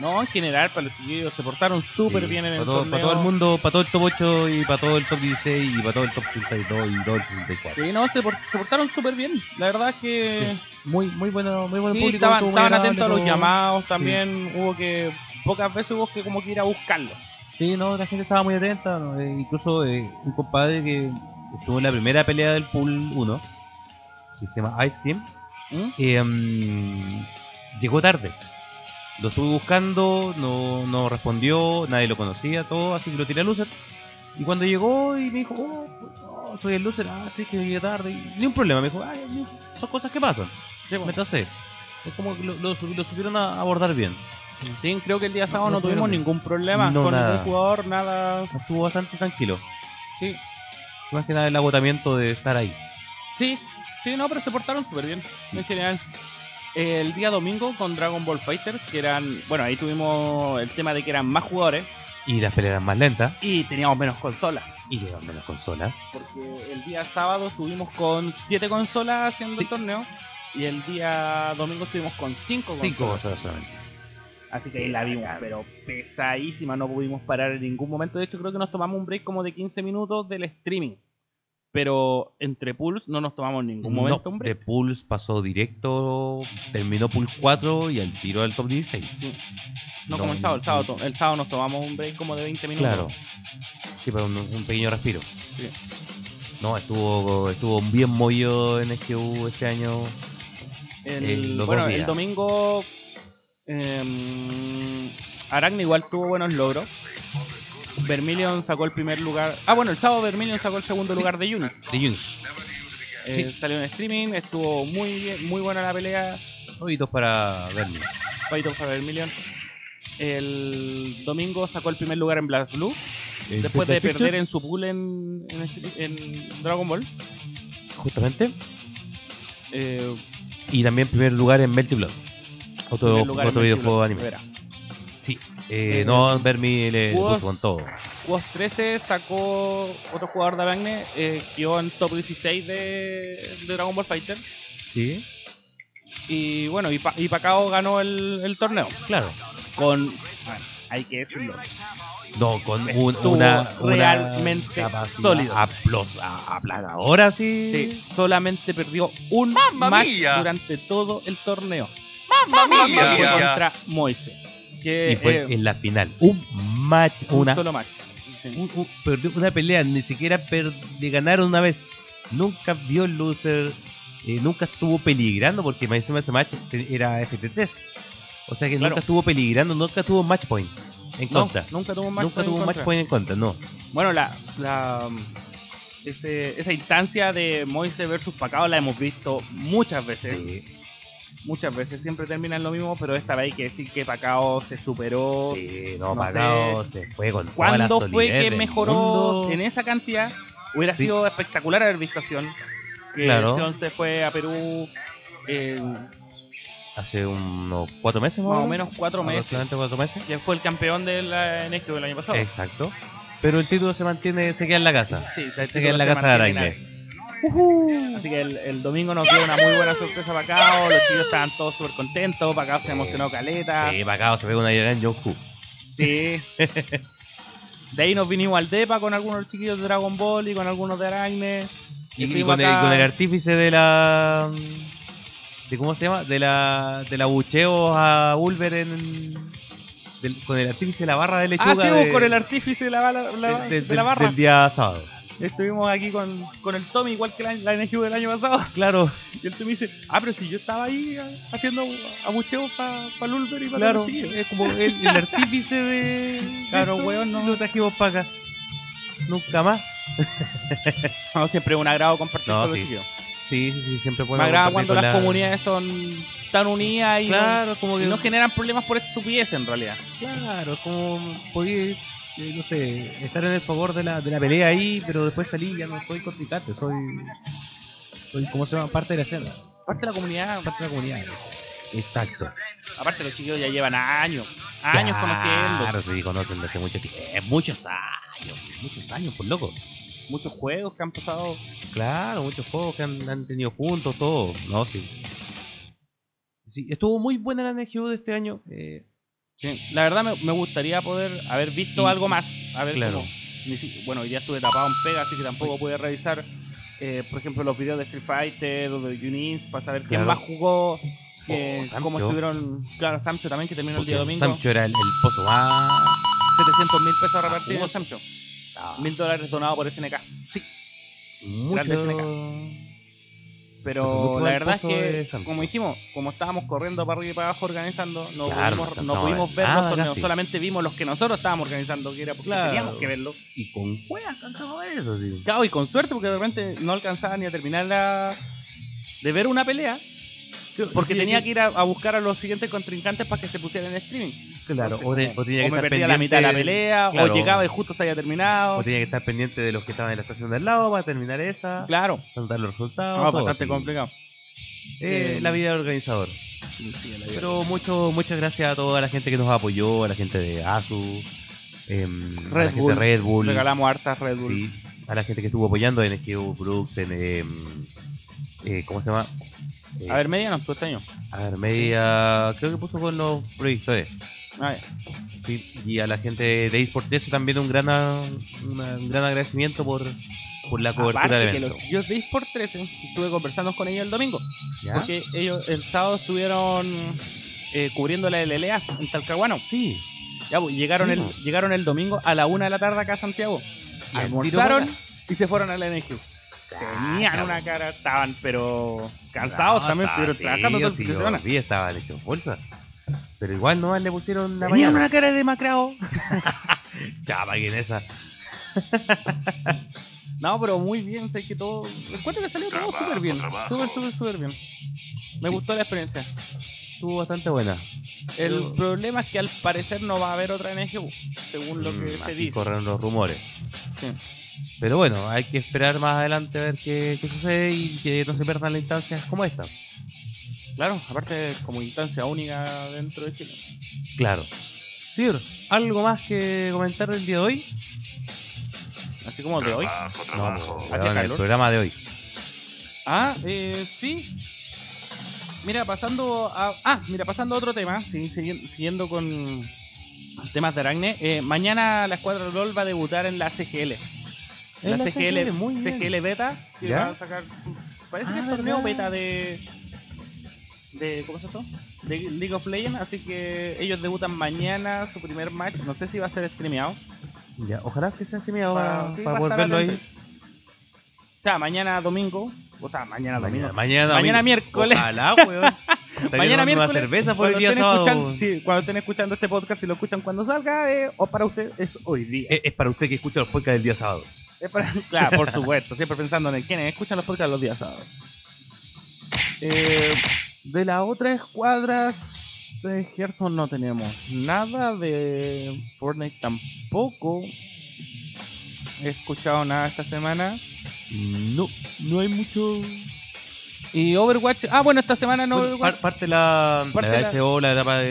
Speaker 2: No, en general, para los chiquillos se portaron súper
Speaker 1: Sí,
Speaker 2: bien en el
Speaker 1: para todo,
Speaker 2: torneo.
Speaker 1: Para todo el mundo, para todo el top 8 y para todo el top 16 y para todo el top 32 y todo el 64.
Speaker 2: Sí, no, se, por- se portaron súper bien. La verdad es que...
Speaker 1: Sí. Muy, muy bueno, muy buen
Speaker 2: Sí,
Speaker 1: público.
Speaker 2: estaban,
Speaker 1: estuvo muy
Speaker 2: estaban
Speaker 1: agradable
Speaker 2: atentos a los
Speaker 1: todo.
Speaker 2: llamados también. Hubo que. Pocas veces hubo que como que ir a buscarlo.
Speaker 1: Sí, no, la gente estaba muy atenta. ¿no? Eh, incluso eh, un compadre que estuvo en la primera pelea del pool 1, que se llama Ice Cream,
Speaker 2: ¿Mm?
Speaker 1: eh, mm, llegó tarde. Lo estuve buscando, no, no respondió, nadie lo conocía, todo, así que lo tiré a Loser. Y cuando llegó y me dijo, oh, oh, estoy en Loser, ah, sí, que llegué tarde. Ni un problema, me dijo, ay, ni- son cosas que pasan.
Speaker 2: pues.
Speaker 1: Métase. Es como que lo, lo subi- lo supieron a abordar bien.
Speaker 2: Sí, creo que el día sábado
Speaker 1: no
Speaker 2: no, tuvimos
Speaker 1: tuvieron-
Speaker 2: ningún problema
Speaker 1: no,
Speaker 2: con
Speaker 1: nada.
Speaker 2: ningún jugador, nada.
Speaker 1: Estuvo bastante tranquilo.
Speaker 2: Sí,
Speaker 1: Más que nada el agotamiento de estar ahí.
Speaker 2: sí, sí, no, pero se portaron súper bien en general. El día domingo con Dragon Ball Fighters, que eran. Bueno, ahí tuvimos el tema de que eran más jugadores
Speaker 1: Y las peleas eran más lentas.
Speaker 2: y teníamos menos consolas.
Speaker 1: Y llevan menos consolas.
Speaker 2: Porque el día sábado estuvimos con 7 consolas haciendo
Speaker 1: Sí.
Speaker 2: el torneo y el día domingo estuvimos con 5 consolas.
Speaker 1: Cinco consolas solamente.
Speaker 2: Así que ahí la vimos, pero pesadísima, no pudimos parar en ningún momento. De hecho, creo que nos tomamos un break como de 15 minutos del streaming. Pero entre pools no nos tomamos en ningún momento
Speaker 1: No,
Speaker 2: un
Speaker 1: de
Speaker 2: break.
Speaker 1: Pulse pasó directo, terminó Pulse 4 y al tiro al top 16.
Speaker 2: Sí. No,
Speaker 1: No,
Speaker 2: como el sábado, el
Speaker 1: no.
Speaker 2: sábado, to- el sábado nos tomamos un break como de 20 minutos.
Speaker 1: Claro. Sí, para un, un pequeño respiro.
Speaker 2: Sí.
Speaker 1: No, estuvo estuvo bien movido en SGU este año.
Speaker 2: El,
Speaker 1: El- los
Speaker 2: bueno,
Speaker 1: dos días.
Speaker 2: el domingo eh, Aracne igual tuvo buenos logros. Vermilion sacó el primer lugar. Ah, bueno, el sábado Vermilion sacó el segundo
Speaker 1: Sí.
Speaker 2: lugar de Unity.
Speaker 1: De Jungs.
Speaker 2: Eh, Salió en streaming, estuvo muy bien, muy buena la pelea.
Speaker 1: Ojitos para verme.
Speaker 2: Python para Vermilion. el domingo sacó el primer lugar en Black Blue.
Speaker 1: Eh,
Speaker 2: después de
Speaker 1: Pixar Pictures,
Speaker 2: perder en su pool en, en- en Dragon Ball.
Speaker 1: Justamente.
Speaker 2: Eh,
Speaker 1: Y también primer lugar en Melty Blood. Otro,
Speaker 2: primer lugar en
Speaker 1: otro
Speaker 2: Melty
Speaker 1: videojuego
Speaker 2: Blood,
Speaker 1: anime.
Speaker 2: verá.
Speaker 1: Sí. Eh,
Speaker 2: Eh,
Speaker 1: no, Vermi le
Speaker 2: Juegos-
Speaker 1: puso con todo.
Speaker 2: Juegos 13 sacó otro jugador de Magne, eh, quedó en top 16 de, de Dragon Ball Fighter.
Speaker 1: Sí.
Speaker 2: Y bueno, y, Pa- y Pacao ganó el, el torneo.
Speaker 1: Claro.
Speaker 2: Con. bueno, hay que decirlo.
Speaker 1: No, con un-
Speaker 2: Estuvo
Speaker 1: una, una
Speaker 2: realmente
Speaker 1: capacidad
Speaker 2: sólido.
Speaker 1: aplos- a- aplagadora, sí.
Speaker 2: Sí, solamente perdió un
Speaker 3: ¡Mamma
Speaker 2: match
Speaker 3: mía!
Speaker 2: durante todo el torneo.
Speaker 3: Mamma
Speaker 2: Y
Speaker 3: mía.
Speaker 2: fue contra Moise. Que,
Speaker 1: Y fue
Speaker 2: eh,
Speaker 1: en la final. Un match, una,
Speaker 2: un solo match. Sí.
Speaker 1: un- un- perdió una pelea, ni siquiera per- le ganaron una vez. Nunca vio el loser, eh, nunca estuvo peligrando, porque más encima ese match te- era FT3. O sea que
Speaker 2: Claro.
Speaker 1: nunca estuvo peligrando, nunca tuvo match point en
Speaker 2: No,
Speaker 1: contra.
Speaker 2: nunca tuvo un match.
Speaker 1: nunca
Speaker 2: point
Speaker 1: tuvo
Speaker 2: en
Speaker 1: match
Speaker 2: contra.
Speaker 1: point en contra, no.
Speaker 2: Bueno, la, la um, ese- esa instancia de Moise versus Pacao la hemos visto muchas veces.
Speaker 1: Sí,
Speaker 2: Muchas veces siempre terminan lo mismo, pero esta vez hay que decir que Pacao se superó.
Speaker 1: sí, no,
Speaker 2: no
Speaker 1: Pagao se fue con toda la
Speaker 2: ¿Cuándo fue
Speaker 1: solidez
Speaker 2: que
Speaker 1: del
Speaker 2: mejoró
Speaker 1: mundo.
Speaker 2: en esa cantidad? Hubiera
Speaker 1: Sí.
Speaker 2: sido espectacular haber visto a Sion. Que
Speaker 1: Claro.
Speaker 2: Sion se fue a Perú eh, más
Speaker 1: Hace unos cuatro meses
Speaker 2: o menos cuatro meses.
Speaker 1: Aproximadamente cuatro meses.
Speaker 2: Ya fue el campeón de la NXT del año pasado.
Speaker 1: Exacto. Pero el título se mantiene, se queda en la casa.
Speaker 2: Sí,
Speaker 1: Se queda en la casa de Araña.
Speaker 2: Así que el, el domingo nos dio una muy buena sorpresa para acá. Oh, Los chicos estaban todos súper contentos. Para acá se
Speaker 1: Sí.
Speaker 2: emocionó Caleta.
Speaker 1: Sí, Pacao se pega una llegada en Yoku.
Speaker 2: Sí. De ahí nos vinimos al DEPA con algunos de los chiquillos de Dragon Ball y con algunos de Aragne.
Speaker 1: Y, y
Speaker 2: Estuvimos
Speaker 1: con, el,
Speaker 2: acá.
Speaker 1: con el artífice de la. De, ¿Cómo se llama? De la. Del abucheo a Ulver en. del- con el artífice de la barra de lechuga.
Speaker 2: Ah, sí,
Speaker 1: de-
Speaker 2: con el artífice de la, bala- la-
Speaker 1: del-
Speaker 2: de,
Speaker 1: del-
Speaker 2: la
Speaker 1: del-
Speaker 2: barra.
Speaker 1: Del día sábado.
Speaker 2: Estuvimos aquí con, con el Tommy, igual que la, la NGU del año pasado.
Speaker 1: Claro,
Speaker 2: Y el Tommy dice, ah, pero si yo estaba ahí ah, haciendo abucheos para pa Lulber y para
Speaker 1: claro.
Speaker 2: los chiquillos.
Speaker 1: Es como el, el artífice de.
Speaker 2: Claro,
Speaker 1: de esto,
Speaker 2: weón, no.
Speaker 1: Lo trajimos para acá. Nunca más.
Speaker 2: No, siempre es un agrado compartir
Speaker 1: No,
Speaker 2: con los
Speaker 1: sí.
Speaker 2: chiquillos.
Speaker 1: Sí, sí, sí, siempre
Speaker 2: Me
Speaker 1: podemos
Speaker 2: agrada
Speaker 1: compartir
Speaker 2: cuando
Speaker 1: con
Speaker 2: las
Speaker 1: la-
Speaker 2: comunidades son tan unidas y,
Speaker 1: Claro, como
Speaker 2: no,
Speaker 1: que
Speaker 2: y no generan problemas por estupidez en realidad.
Speaker 1: Claro, es como podía, eh, no sé, estar en el favor de la, de la pelea ahí, pero después salí y ya no soy contrincante, soy, soy, ¿cómo se llama? Parte de la escena,
Speaker 2: Aparte la comunidad,
Speaker 1: parte de la comunidad. Exacto.
Speaker 2: aparte los chicos ya llevan años, años
Speaker 1: Claro,
Speaker 2: conociendo,
Speaker 1: sí, conocen desde mucho tiempo. Eh, Muchos años, muchos años, por loco.
Speaker 2: muchos juegos que han pasado.
Speaker 1: Claro, muchos juegos que han, han tenido juntos, todo. No, sí. Sí, estuvo muy buena la NGO de este año. eh,
Speaker 2: Sí, La verdad me, me gustaría poder haber visto
Speaker 1: Y-
Speaker 2: algo más. A ver,
Speaker 1: claro.
Speaker 2: cómo- ni si- bueno, hoy día estuve tapado en pega, así que tampoco pude revisar, eh, por ejemplo, los videos de Street Fighter o de Units para saber quién
Speaker 1: Claro.
Speaker 2: más jugó, eh,
Speaker 1: Oh,
Speaker 2: cómo
Speaker 1: Sancho.
Speaker 2: estuvieron. Claro, Samcho también, que terminó el
Speaker 1: porque
Speaker 2: día domingo.
Speaker 1: Sancho era el, el pozo más.
Speaker 2: 700 mil pesos repartidos en
Speaker 1: jugoso.
Speaker 2: Samcho.
Speaker 1: Ah,
Speaker 2: Mil dólares donados por SNK. Sí. grande
Speaker 1: mucho-
Speaker 2: Pero
Speaker 1: Mucho
Speaker 2: la
Speaker 1: del
Speaker 2: verdad es
Speaker 1: pozo de
Speaker 2: que,
Speaker 1: Santos.
Speaker 2: como dijimos, como estábamos corriendo para arriba y para abajo organizando,
Speaker 1: Claro, no
Speaker 2: no pudimos, no
Speaker 1: alcanzamos a
Speaker 2: pudimos
Speaker 1: ver
Speaker 2: ver los
Speaker 1: nada
Speaker 2: torneos,
Speaker 1: casi.
Speaker 2: solamente vimos los que nosotros estábamos organizando, que era porque
Speaker 1: Claro.
Speaker 2: teníamos que verlo.
Speaker 1: y con cuevas cantamos eso, sí.
Speaker 2: Claro, y con suerte, porque de repente no alcanzaba ni a terminar la... de ver una pelea, porque tenía que ir a, a buscar a los siguientes contrincantes para que se pusieran en streaming.
Speaker 1: Claro,
Speaker 2: Entonces,
Speaker 1: o, te-
Speaker 2: como,
Speaker 1: o tenía
Speaker 2: o
Speaker 1: que
Speaker 2: me
Speaker 1: estar
Speaker 2: perdía
Speaker 1: pendiente
Speaker 2: la mitad de la pelea,
Speaker 1: claro.
Speaker 2: o llegaba y justo se había terminado.
Speaker 1: o tenía que estar pendiente de los que estaban en la estación de al lado para terminar esa,
Speaker 2: Claro,
Speaker 1: contar los resultados.
Speaker 2: no,
Speaker 1: todo,
Speaker 2: bastante
Speaker 1: sí.
Speaker 2: complicado.
Speaker 1: Eh, la vida del organizador. Pero mucho, muchas gracias a toda la gente que nos apoyó, a la gente de ASU, em, a la
Speaker 2: Red
Speaker 1: gente
Speaker 2: Bull.
Speaker 1: de Red Bull,
Speaker 2: Regalamos hartas Red Bull.
Speaker 1: sí, a la gente que estuvo apoyando en SQ Brooks, en em, eh, ¿cómo se llama? Eh,
Speaker 2: A ver, media no, tú este año.
Speaker 1: a ver, media, creo que puso con los proyectores.
Speaker 2: A ver.
Speaker 1: Sí, y a la gente de eSport eso también un gran, a- una- un gran agradecimiento por, por la cobertura
Speaker 2: Aparte
Speaker 1: del
Speaker 2: que
Speaker 1: evento.
Speaker 2: los chiquillos de eSport 13 estuve conversando con ellos el domingo,
Speaker 1: ¿Ya?
Speaker 2: porque ellos el sábado estuvieron eh, cubriendo la LLA en Talcahuano.
Speaker 1: Sí,
Speaker 2: Ya, pues, llegaron,
Speaker 1: Sí,
Speaker 2: el,
Speaker 1: po.
Speaker 2: llegaron el domingo a la una de la tarde acá a Santiago.
Speaker 1: Y al
Speaker 2: almorzaron
Speaker 1: tiro
Speaker 2: y se fueron a la NQ. Tenían
Speaker 1: ya,
Speaker 2: una
Speaker 1: pues.
Speaker 2: cara, estaban pero cansados
Speaker 1: No,
Speaker 2: también,
Speaker 1: estaba-
Speaker 2: estuvieron
Speaker 1: sí,
Speaker 2: trabajando toda
Speaker 1: Ah, sí,
Speaker 2: su
Speaker 1: yo
Speaker 2: semana.
Speaker 1: vi, estaban hechos bolsa. Pero igual nomás le pusieron la
Speaker 2: Tenían
Speaker 1: mañana.
Speaker 2: una cara de macrao.
Speaker 1: Chapa, ¿quién es esa?
Speaker 2: No, pero muy bien, sé que todo. Encuentro que salió todo
Speaker 3: Trabajo,
Speaker 2: súper bien.
Speaker 3: trabajo.
Speaker 2: Súper, súper, súper bien. Me
Speaker 1: Sí.
Speaker 2: gustó la experiencia.
Speaker 1: Estuvo bastante buena.
Speaker 2: El
Speaker 1: Pero-
Speaker 2: problema es que al parecer no va a haber otra NGU, según lo que
Speaker 1: Mm,
Speaker 2: se
Speaker 1: así
Speaker 2: dice.
Speaker 1: corren los rumores.
Speaker 2: Sí.
Speaker 1: Pero bueno, hay que esperar más adelante a ver qué, qué sucede y que no se pierdan las instancias como esta.
Speaker 2: Claro, aparte como instancia única dentro de Chile.
Speaker 1: Claro. Señor, ¿algo más que comentar del día de hoy?
Speaker 2: Así como de hoy.
Speaker 1: No,
Speaker 2: Ah,
Speaker 1: pues,
Speaker 2: Hace
Speaker 1: weón, el
Speaker 2: calor.
Speaker 1: programa de hoy.
Speaker 2: Ah, eh, sí. Mira, pasando a. Ah, mira, pasando a otro tema, sí, siguiendo, siguiendo con temas de Aragne. eh, mañana la escuadra LOL va a debutar en la CGL. En la,
Speaker 1: En la
Speaker 2: CGL,
Speaker 1: CGL, muy bien.
Speaker 2: CGL Beta, que
Speaker 1: ¿Ya?
Speaker 2: va a sacar. Parece que
Speaker 1: Ah,
Speaker 2: es torneo
Speaker 1: ¿verdad?
Speaker 2: beta de. de ¿Cómo se llama? esto? De League of Legends, así que ellos debutan mañana su primer match. No sé si va a ser streameado.
Speaker 1: Ya, ojalá que sea streameado para,
Speaker 2: Ah, sí,
Speaker 1: para
Speaker 2: va a
Speaker 1: poder
Speaker 2: estar
Speaker 1: verlo ahí.
Speaker 2: atento. O sea, mañana domingo. O sea, mañana domingo.
Speaker 1: Mañana, mañana,
Speaker 2: Mañana
Speaker 1: domingo.
Speaker 2: miércoles.
Speaker 1: Ojalá, weón. Estaría
Speaker 2: Mañana
Speaker 1: tomando una
Speaker 2: miércoles.
Speaker 1: cerveza por el
Speaker 2: cuando
Speaker 1: día
Speaker 2: estén
Speaker 1: sábado.
Speaker 2: escuchando- sí, cuando estén escuchando este podcast, si lo escuchan cuando salga, eh, o para usted es hoy día.
Speaker 1: Es, es para usted que escucha los podcasts del día sábado.
Speaker 2: Es para- Eh, claro, por supuesto, siempre pensando en el- quiénes escuchan los podcasts los días sábados. Eh, de las otras escuadras de Hearthstone no tenemos nada, de Fortnite tampoco. He escuchado nada esta semana.
Speaker 1: Mm, No, no hay mucho.
Speaker 2: Y Overwatch. Ah, bueno, esta semana no.
Speaker 1: Bueno,
Speaker 2: Overwatch-
Speaker 1: par- parte la,
Speaker 2: Parte
Speaker 1: la
Speaker 2: la-
Speaker 1: SO, la etapa de,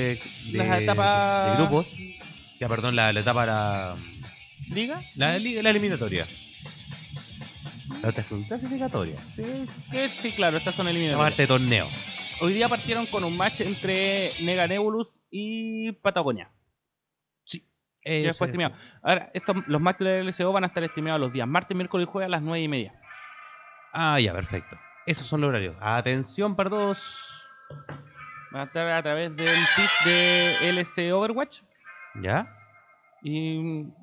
Speaker 1: de-
Speaker 2: Las etapas-
Speaker 1: de grupos. Ya, perdón, la, la etapa la,
Speaker 2: ¿Liga?
Speaker 1: la, liga- la eliminatoria. La clasificatoria.
Speaker 2: Sí, sí, sí, claro, estas son
Speaker 1: La
Speaker 2: eliminatorias.
Speaker 1: parte de torneo.
Speaker 2: Hoy día partieron con un match entre Nega Nebulus y Patagonia. que
Speaker 1: Ese-
Speaker 2: fue streameado. Ahora, estos, los matches de LCO van a estar estimados los días martes, miércoles y jueves a las 9 y media.
Speaker 1: Ah, ya, perfecto. Esos son los horarios. Atención para todos.
Speaker 2: Van a estar a través del pitch de LC Overwatch.
Speaker 1: ¿Ya?
Speaker 2: Y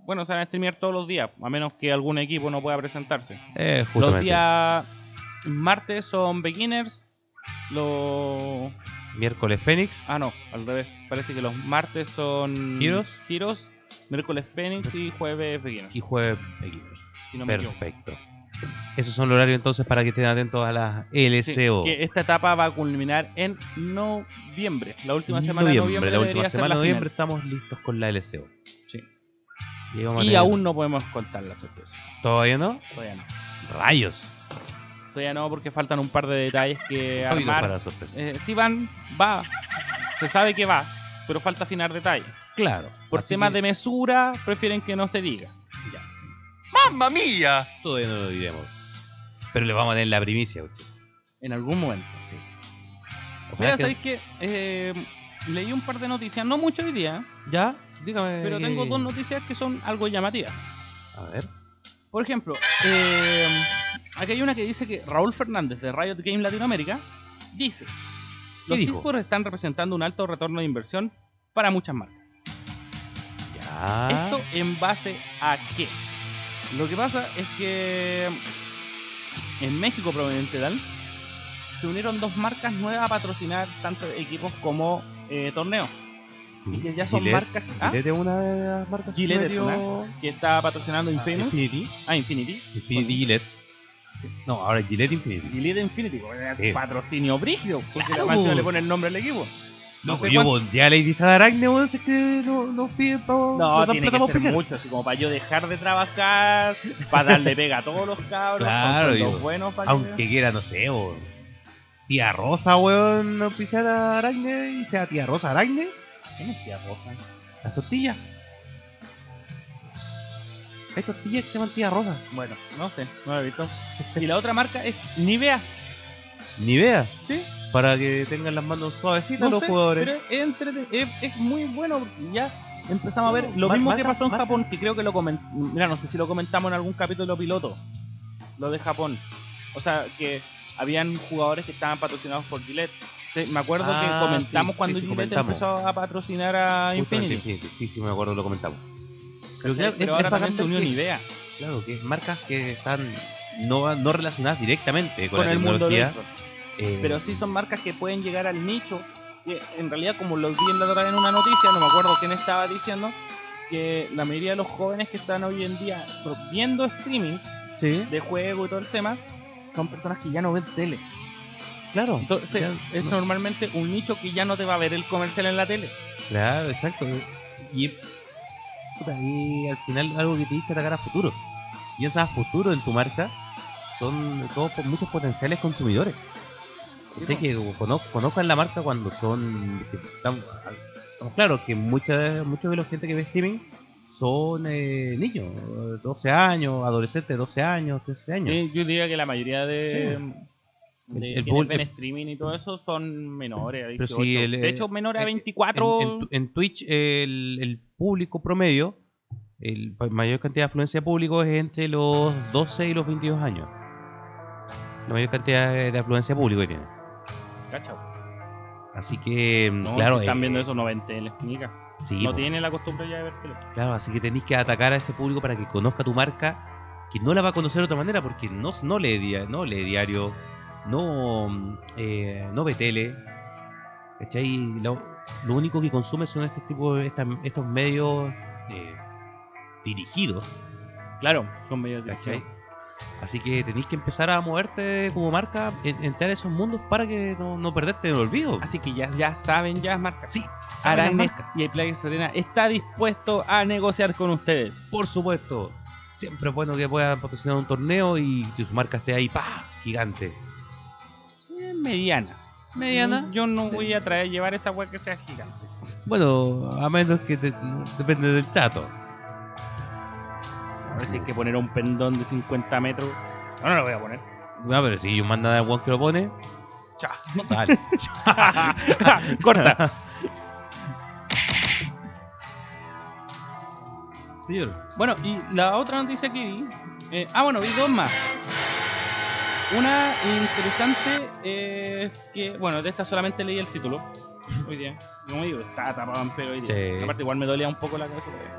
Speaker 2: bueno, se van a streamear todos los días, a menos que algún equipo no pueda presentarse.
Speaker 1: Eh,
Speaker 2: Los
Speaker 1: justamente.
Speaker 2: días martes son beginners. Los.
Speaker 1: Miércoles Fénix.
Speaker 2: Ah, no, al revés. Parece que los martes son.
Speaker 1: Heroes.
Speaker 2: Giros. Miércoles Phoenix y jueves beginners.
Speaker 1: y jueves Beginners.
Speaker 2: si no me equivoco.
Speaker 1: Perfecto. Esos son los horarios entonces para que estén atentos a las
Speaker 2: Sí,
Speaker 1: LCO.
Speaker 2: que esta etapa va a culminar en noviembre. La última semana de noviembre.
Speaker 1: la última
Speaker 2: debería ser
Speaker 1: semana de
Speaker 2: la
Speaker 1: noviembre
Speaker 2: final.
Speaker 1: estamos listos con la LCO.
Speaker 2: Sí.
Speaker 1: Y, vamos a
Speaker 2: Y
Speaker 1: tener-
Speaker 2: aún no podemos contar la sorpresa.
Speaker 1: ¿Todavía no?
Speaker 2: Todavía no.
Speaker 1: ¡Rayos!
Speaker 2: Todavía no, porque faltan un par de detalles que
Speaker 1: Oídos para la
Speaker 2: armar.
Speaker 1: sorpresa.
Speaker 2: Eh, si van, va. Se sabe que va, pero falta afinar detalles.
Speaker 1: claro.
Speaker 2: Por
Speaker 1: así
Speaker 2: temas
Speaker 1: que-
Speaker 2: de mesura, prefieren que no se diga.
Speaker 1: ya. Todavía no lo diremos. Pero le vamos a tener la primicia, muchachos.
Speaker 2: En algún momento.
Speaker 1: Sí.
Speaker 2: Mira,
Speaker 1: que-
Speaker 2: sabéis que eh, leí un par de noticias, no mucho hoy día,
Speaker 1: ¿Ya? Dígame.
Speaker 2: pero tengo dos noticias que son algo llamativas.
Speaker 1: A ver.
Speaker 2: Por ejemplo, eh, aquí hay una que dice que Raúl Fernández de Riot Game Latinoamérica dice: Los
Speaker 1: dijo?
Speaker 2: esports están representando un alto retorno de inversión para muchas marcas.
Speaker 1: Ya.
Speaker 2: ¿Esto en base a qué? Lo que pasa es que en México, proveniente tal, se unieron dos marcas nuevas a patrocinar tanto equipos como eh, torneos. Y que ya son
Speaker 1: Gillette-
Speaker 2: marcas. ¿ah?
Speaker 1: Gillette es una de las marcas. que
Speaker 2: Gillette es
Speaker 1: metió-
Speaker 2: que está patrocinando Infamous.
Speaker 1: Infinity.
Speaker 2: Ah, Infinity.
Speaker 1: Infinity Gillette. No, ahora Gillette Infinity.
Speaker 2: Y Lead Infinity, porque es
Speaker 1: Sí.
Speaker 2: patrocinio brígido, porque
Speaker 1: Claro,
Speaker 2: la canción
Speaker 1: po.
Speaker 2: le pone el nombre al equipo.
Speaker 1: No, pues,
Speaker 2: No sé
Speaker 1: yo
Speaker 2: cuánto-
Speaker 1: volteé a Lady Sadarakne, weón, si es que no, no piden pa-
Speaker 2: No,
Speaker 1: dan plata pa'
Speaker 2: tiene que ser
Speaker 1: auspiciar.
Speaker 2: mucho, así como para yo dejar de trabajar, para darle pega a todos los cabros,
Speaker 1: Claro,
Speaker 2: son los
Speaker 1: digo,
Speaker 2: buenos para
Speaker 1: Aunque quiera, no sé, weón. Tía Rosa, weón, no pisar a Aragne y sea tía Rosa Aragne.
Speaker 2: ¿Quién es tía Rosa?
Speaker 1: Las tortillas. Hay tortillas que se llaman tía Rosa.
Speaker 2: Bueno, no sé, no lo he visto. Y la otra marca es Nivea,
Speaker 1: Ni veas.
Speaker 2: ¿sí?
Speaker 1: Para que tengan las manos suavecitas
Speaker 2: No
Speaker 1: los
Speaker 2: sé,
Speaker 1: jugadores.
Speaker 2: Pero es, entrete- es- es muy bueno porque ya empezamos a ver
Speaker 1: No,
Speaker 2: lo
Speaker 1: mar-
Speaker 2: mismo
Speaker 1: marca-
Speaker 2: que pasó en
Speaker 1: marca.
Speaker 2: Japón, que creo que lo comentamos. Mira, no sé si lo comentamos en algún capítulo piloto, lo de Japón. O sea, que habían jugadores que estaban patrocinados por Gillette. Sí, me acuerdo
Speaker 1: Ah,
Speaker 2: que comentamos
Speaker 1: sí,
Speaker 2: cuando
Speaker 1: sí, sí,
Speaker 2: Gillette
Speaker 1: comentamos.
Speaker 2: empezó a patrocinar a
Speaker 1: Justo en
Speaker 2: Infinity.
Speaker 1: Infinity, Sí, sí, me acuerdo, lo comentamos.
Speaker 2: Pero,
Speaker 1: claro, es- es
Speaker 2: ahora también
Speaker 1: bacán
Speaker 2: se unió
Speaker 1: que-
Speaker 2: Nivea
Speaker 1: Claro, que es marcas que están no, no relacionadas directamente con,
Speaker 2: con
Speaker 1: la
Speaker 2: el mundo del
Speaker 1: tecnología.
Speaker 2: electro.
Speaker 1: eh,
Speaker 2: pero sí son marcas que pueden llegar al nicho. que en realidad, como lo vi en la otra vez en una noticia, no me acuerdo quién estaba diciendo, que la mayoría de los jóvenes que están hoy en día pro- viendo streaming
Speaker 1: sí.
Speaker 2: de juego y todo el tema, son personas que ya no ven tele.
Speaker 1: Claro.
Speaker 2: Entonces,
Speaker 1: ya,
Speaker 2: es
Speaker 1: no.
Speaker 2: normalmente un nicho que ya no te va a ver el comercial en la tele.
Speaker 1: Claro, exacto. Y, puta, y al final algo que tienes que atacar a futuro. Y esas futuro en tu marca son todos po- muchos potenciales consumidores. Usted que cono- conozcan la marca cuando son... que estamos, estamos claros que mucha, muchos de la gente que ve streaming son eh, niños, eh, 12 años, adolescentes, 12 años, 13 años.
Speaker 2: Sí, yo diría que la mayoría de,
Speaker 1: El-
Speaker 2: de
Speaker 1: el
Speaker 2: quienes
Speaker 1: bull-
Speaker 2: ven streaming y todo eso son menores a
Speaker 1: Pero si
Speaker 2: 18.
Speaker 1: el,
Speaker 2: de
Speaker 1: eh,
Speaker 2: hecho, menores a
Speaker 1: en- en-
Speaker 2: 24.
Speaker 1: En, en tu- en Twitch el, el público promedio, el pa- mayor cantidad de afluencia de público es entre los 12 y los 22 años. La mayor cantidad de de afluencia de público que tiene.
Speaker 2: Cacha,
Speaker 1: Así que, mm,
Speaker 2: no,
Speaker 1: claro,
Speaker 2: si están
Speaker 1: eh, pues
Speaker 2: viendo eso, no ven tele, nica.
Speaker 1: sí,
Speaker 2: No
Speaker 1: po,
Speaker 2: tienen la costumbre ya de ver tele.
Speaker 1: claro, así que tenéis que atacar a ese público para que conozca tu marca, que no la va a conocer de otra manera, porque no, no, lee, dia- no lee diario, no, mm, eh, no ve tele. ¿Cachai? Lo, lo único que consume son este tipo de esta- estos medios eh, dirigidos,
Speaker 2: Claro, son medios
Speaker 1: ¿cachai?
Speaker 2: dirigidos.
Speaker 1: Así que tenéis que empezar a moverte como marca, en- entrar a esos mundos para que no, no perderte en el olvido.
Speaker 2: Así que ya, ya saben, ya es marca.
Speaker 1: sí, saben las
Speaker 2: Arangues
Speaker 1: marcas.
Speaker 2: y el Playa Serena está dispuesto a negociar con ustedes.
Speaker 1: Por supuesto, siempre es bueno que puedan patrocinar un torneo y que su marca esté ahí, pa, gigante. Mm,
Speaker 2: Eh, Mediana.
Speaker 1: Mediana.
Speaker 2: Yo no voy a traer, llevar esa web que sea gigante.
Speaker 1: Bueno, a menos que te- depende del chato.
Speaker 2: A ver si hay que poner un pendón de 50 metros. No, no lo voy a poner.
Speaker 1: No, Ah, pero si un manda de Juan que lo pone,
Speaker 2: Chao.
Speaker 1: Dale.
Speaker 2: Corta.
Speaker 1: Señor.
Speaker 2: Bueno, y la otra noticia que vi. eh, ah, bueno, vi dos más. Una interesante eh, que, bueno, de esta solamente leí el título. Hoy día. Como digo, está tapado en pelo hoy día.
Speaker 1: Sí.
Speaker 2: Aparte, igual me dolía un poco la cabeza. pero-